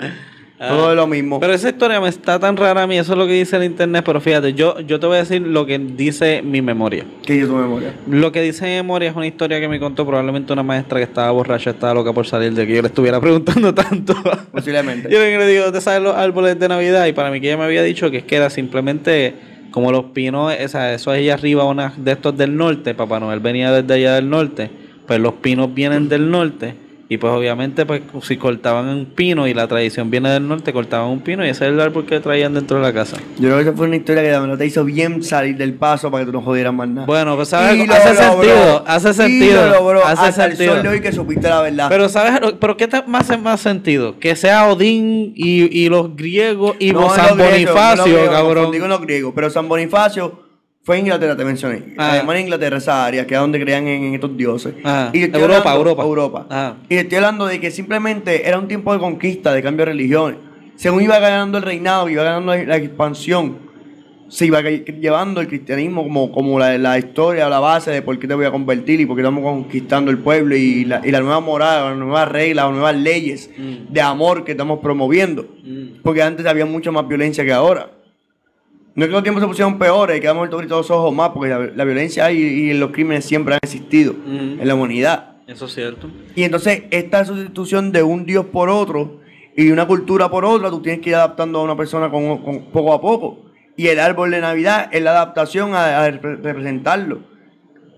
Speaker 2: Todo es lo mismo.
Speaker 1: Ah. Pero esa historia me está tan rara a mí, eso es lo que dice el internet, pero fíjate, yo, yo te voy a decir lo que dice mi memoria.
Speaker 2: que yo tu memoria.
Speaker 1: Lo que dice mi memoria es una historia que me contó probablemente una maestra que estaba borracha, estaba loca por salir de que yo le estuviera preguntando tanto.
Speaker 2: Posiblemente.
Speaker 1: Yo vengo y le digo, ¿te sabes los árboles de Navidad? Y para mí que ella me había dicho que es que era simplemente como los pinos, o sea, eso ahí arriba, una de estos del norte, Papá Noel venía desde allá del norte, pues los pinos vienen del norte. Y pues obviamente pues si cortaban un pino y la tradición viene del norte, cortaban un pino y ese es el árbol que traían dentro de la casa.
Speaker 2: Yo creo que esa fue una historia que de verdad te hizo bien salir del paso para que tú no jodieras más nada.
Speaker 1: Bueno, pues sabes,
Speaker 2: Y lo
Speaker 1: hace
Speaker 2: logró.
Speaker 1: sentido, hace
Speaker 2: Y
Speaker 1: sentido,
Speaker 2: lo logró.
Speaker 1: hace
Speaker 2: Hasta el
Speaker 1: sentido.
Speaker 2: sol de hoy que supiste la verdad.
Speaker 1: Pero sabes, Lo- pero ¿qué te hace más sentido? Que sea Odín y, y los griegos y los
Speaker 2: es
Speaker 1: San
Speaker 2: lo griego,
Speaker 1: Bonifacio,
Speaker 2: no lo griego,
Speaker 1: cabrón.
Speaker 2: Digo los griegos, pero San Bonifacio fue en Inglaterra, te mencioné.
Speaker 1: Ah.
Speaker 2: Además, en Inglaterra, esa área, que es donde creían en, en estos dioses.
Speaker 1: Ah.
Speaker 2: Y estoy
Speaker 1: Europa, Europa.
Speaker 2: Europa.
Speaker 1: Ah.
Speaker 2: Y estoy hablando de que simplemente era un tiempo de conquista, de cambio de religiones. Según iba ganando el reinado, iba ganando la expansión, se iba que- llevando el cristianismo como, como la, la historia, la base de por qué te voy a convertir y por qué estamos conquistando el pueblo y la, y la nueva morada, las nuevas reglas, las nuevas leyes
Speaker 1: Mm.
Speaker 2: de amor que estamos promoviendo. Porque antes había mucha más violencia que ahora. No es que los tiempos se pusieron peores, que a lo mejor ahorita los ojos más, porque la, la violencia y, y los crímenes siempre han existido
Speaker 1: Mm.
Speaker 2: en la humanidad.
Speaker 1: Eso es cierto.
Speaker 2: Y entonces esta sustitución de un dios por otro y una cultura por otra, tú tienes que ir adaptando a una persona con, con- poco a poco. Y el árbol de Navidad es la adaptación a, a repre- representarlo.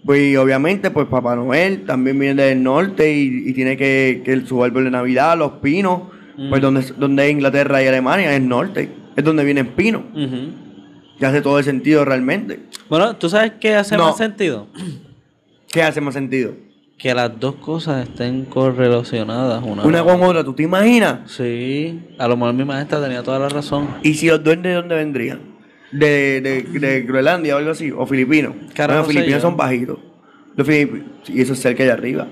Speaker 2: Pues y obviamente, pues Papá Noel también viene del norte y, y tiene que, que el- su árbol de Navidad, los pinos, pues donde, donde es Inglaterra y Alemania, es norte, es donde vienen pinos. Ya hace todo el sentido realmente.
Speaker 1: Bueno, ¿tú sabes qué hace
Speaker 2: No.
Speaker 1: más sentido?
Speaker 2: ¿Qué hace más sentido?
Speaker 1: Que las dos cosas estén correlacionadas. Una,
Speaker 2: Una con otra, ¿tú te imaginas?
Speaker 1: Sí, a lo mejor mi maestra tenía toda la razón.
Speaker 2: ¿Y si los duendes de dónde vendrían? De, de, de Groenlandia o algo así, o filipinos.
Speaker 1: Carajo,
Speaker 2: Bueno, los
Speaker 1: sé
Speaker 2: filipinos
Speaker 1: yo.
Speaker 2: son bajitos. Los filipinos, y eso es cerca de arriba.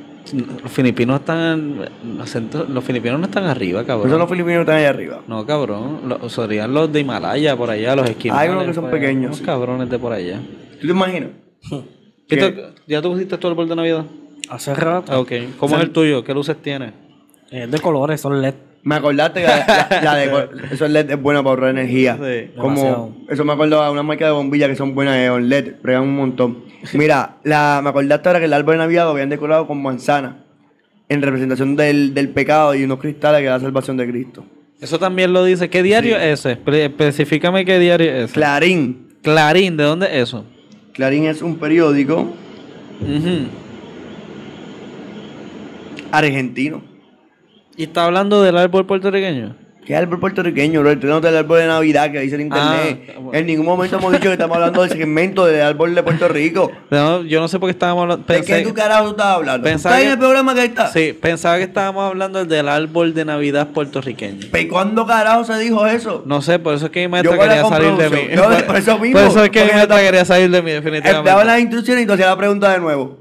Speaker 1: Los filipinos están. en- centro- Los filipinos no están arriba,
Speaker 2: Por eso los
Speaker 1: cabrón.
Speaker 2: filipinos están allá arriba.
Speaker 1: No, cabrón. Los, serían los de Himalaya, por allá, los esquimales.
Speaker 2: Hay unos que son
Speaker 1: pues,
Speaker 2: pequeños,
Speaker 1: unos
Speaker 2: sí.
Speaker 1: cabrones de por allá.
Speaker 2: ¿Tú te imaginas?
Speaker 1: ¿Qué
Speaker 2: ¿Qué?
Speaker 1: te- ¿Ya tú pusiste tu árbol de Navidad?
Speaker 3: Hace rato.
Speaker 1: Ah, ok. ¿Cómo es el tuyo? ¿Qué luces tiene?
Speaker 3: Es de colores, son LED.
Speaker 2: Me acordaste que la, la- la de eso es LED es buena para ahorrar energía.
Speaker 1: Sí,
Speaker 2: Como
Speaker 3: demasiado.
Speaker 2: eso me acuerdo a una marca de bombillas que son buenas de LED, pregan un montón. Mira, la, me acordaste ahora que el árbol de Navidad lo habían decorado con manzana en representación del, del pecado y unos cristales que da salvación de Cristo.
Speaker 1: Eso también lo dice. ¿Qué diario es ese? Espe- específicame qué diario es ese.
Speaker 2: Clarín.
Speaker 1: Clarín, ¿de dónde es eso?
Speaker 2: Clarín es un periódico
Speaker 1: Ujú.
Speaker 2: argentino.
Speaker 1: Y está hablando del árbol puertorriqueño.
Speaker 2: ¿Qué árbol puertorriqueño, bro? Estoy dándote el árbol de Navidad que dice el internet.
Speaker 1: Ah, bueno.
Speaker 2: En ningún momento hemos dicho que estamos hablando del segmento del árbol de Puerto Rico.
Speaker 1: No, yo no sé por qué estábamos hablando.
Speaker 2: ¿De qué
Speaker 1: Pensé,
Speaker 2: tú carajo tú estás hablando? ¿Tú
Speaker 1: pensaba
Speaker 2: ¿Estás en
Speaker 1: que-
Speaker 2: el programa que ahí está?
Speaker 1: sí, pensaba que estábamos hablando del árbol de Navidad puertorriqueño.
Speaker 2: ¿Pero cuándo carajo se dijo eso?
Speaker 1: No sé, por eso es que mi maestra
Speaker 2: Yo con la
Speaker 1: quería salir de mí.
Speaker 2: comproducción. Yo, por eso mismo,
Speaker 1: Por eso es que mi
Speaker 2: porque
Speaker 1: maestra quería salir de mí,
Speaker 2: Él daba
Speaker 1: definitivamente.
Speaker 2: las instrucciones y te hacía la pregunta de nuevo.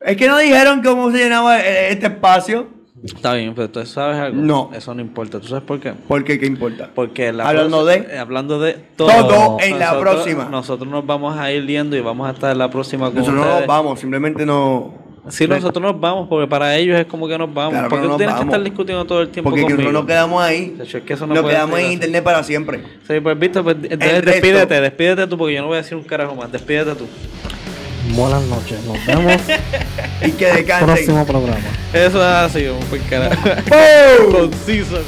Speaker 2: Es que no dijeron cómo se llenaba eh, este espacio.
Speaker 1: Está bien, pero tú sabes algo.
Speaker 2: No.
Speaker 1: Eso no importa. ¿Tú sabes por qué?
Speaker 2: Porque qué importa.
Speaker 1: Porque la
Speaker 2: Hablando
Speaker 1: próxima-
Speaker 2: de-
Speaker 1: eh, hablando de todo,
Speaker 2: Todo en la
Speaker 1: Nosotros-
Speaker 2: próxima.
Speaker 1: Nosotros nos vamos a ir viendo y vamos a estar en la próxima con
Speaker 2: Nosotros no
Speaker 1: ustedes.
Speaker 2: nos vamos, simplemente no.
Speaker 1: Sí, nosotros nos vamos porque para ellos es como que nos vamos.
Speaker 2: Claro que
Speaker 1: porque
Speaker 2: no
Speaker 1: tú
Speaker 2: nos
Speaker 1: tienes que
Speaker 2: vamos.
Speaker 1: estar discutiendo todo el tiempo
Speaker 2: Porque
Speaker 1: conmigo.
Speaker 2: nosotros nos quedamos ahí.
Speaker 1: De hecho, es que eso no
Speaker 2: nos
Speaker 1: puede
Speaker 2: quedamos
Speaker 1: ser
Speaker 2: en
Speaker 1: así.
Speaker 2: internet para siempre.
Speaker 1: Sí, pues visto, pues, entonces
Speaker 2: El resto.
Speaker 1: despídete, despídete tú porque yo no voy a decir un carajo más. Despídete tú.
Speaker 3: Buenas noches, nos vemos
Speaker 2: Y que
Speaker 3: en el
Speaker 2: descansen.
Speaker 3: próximo programa.
Speaker 1: Eso es así, un buen carajo.
Speaker 2: ¡Boom!
Speaker 1: Conciso.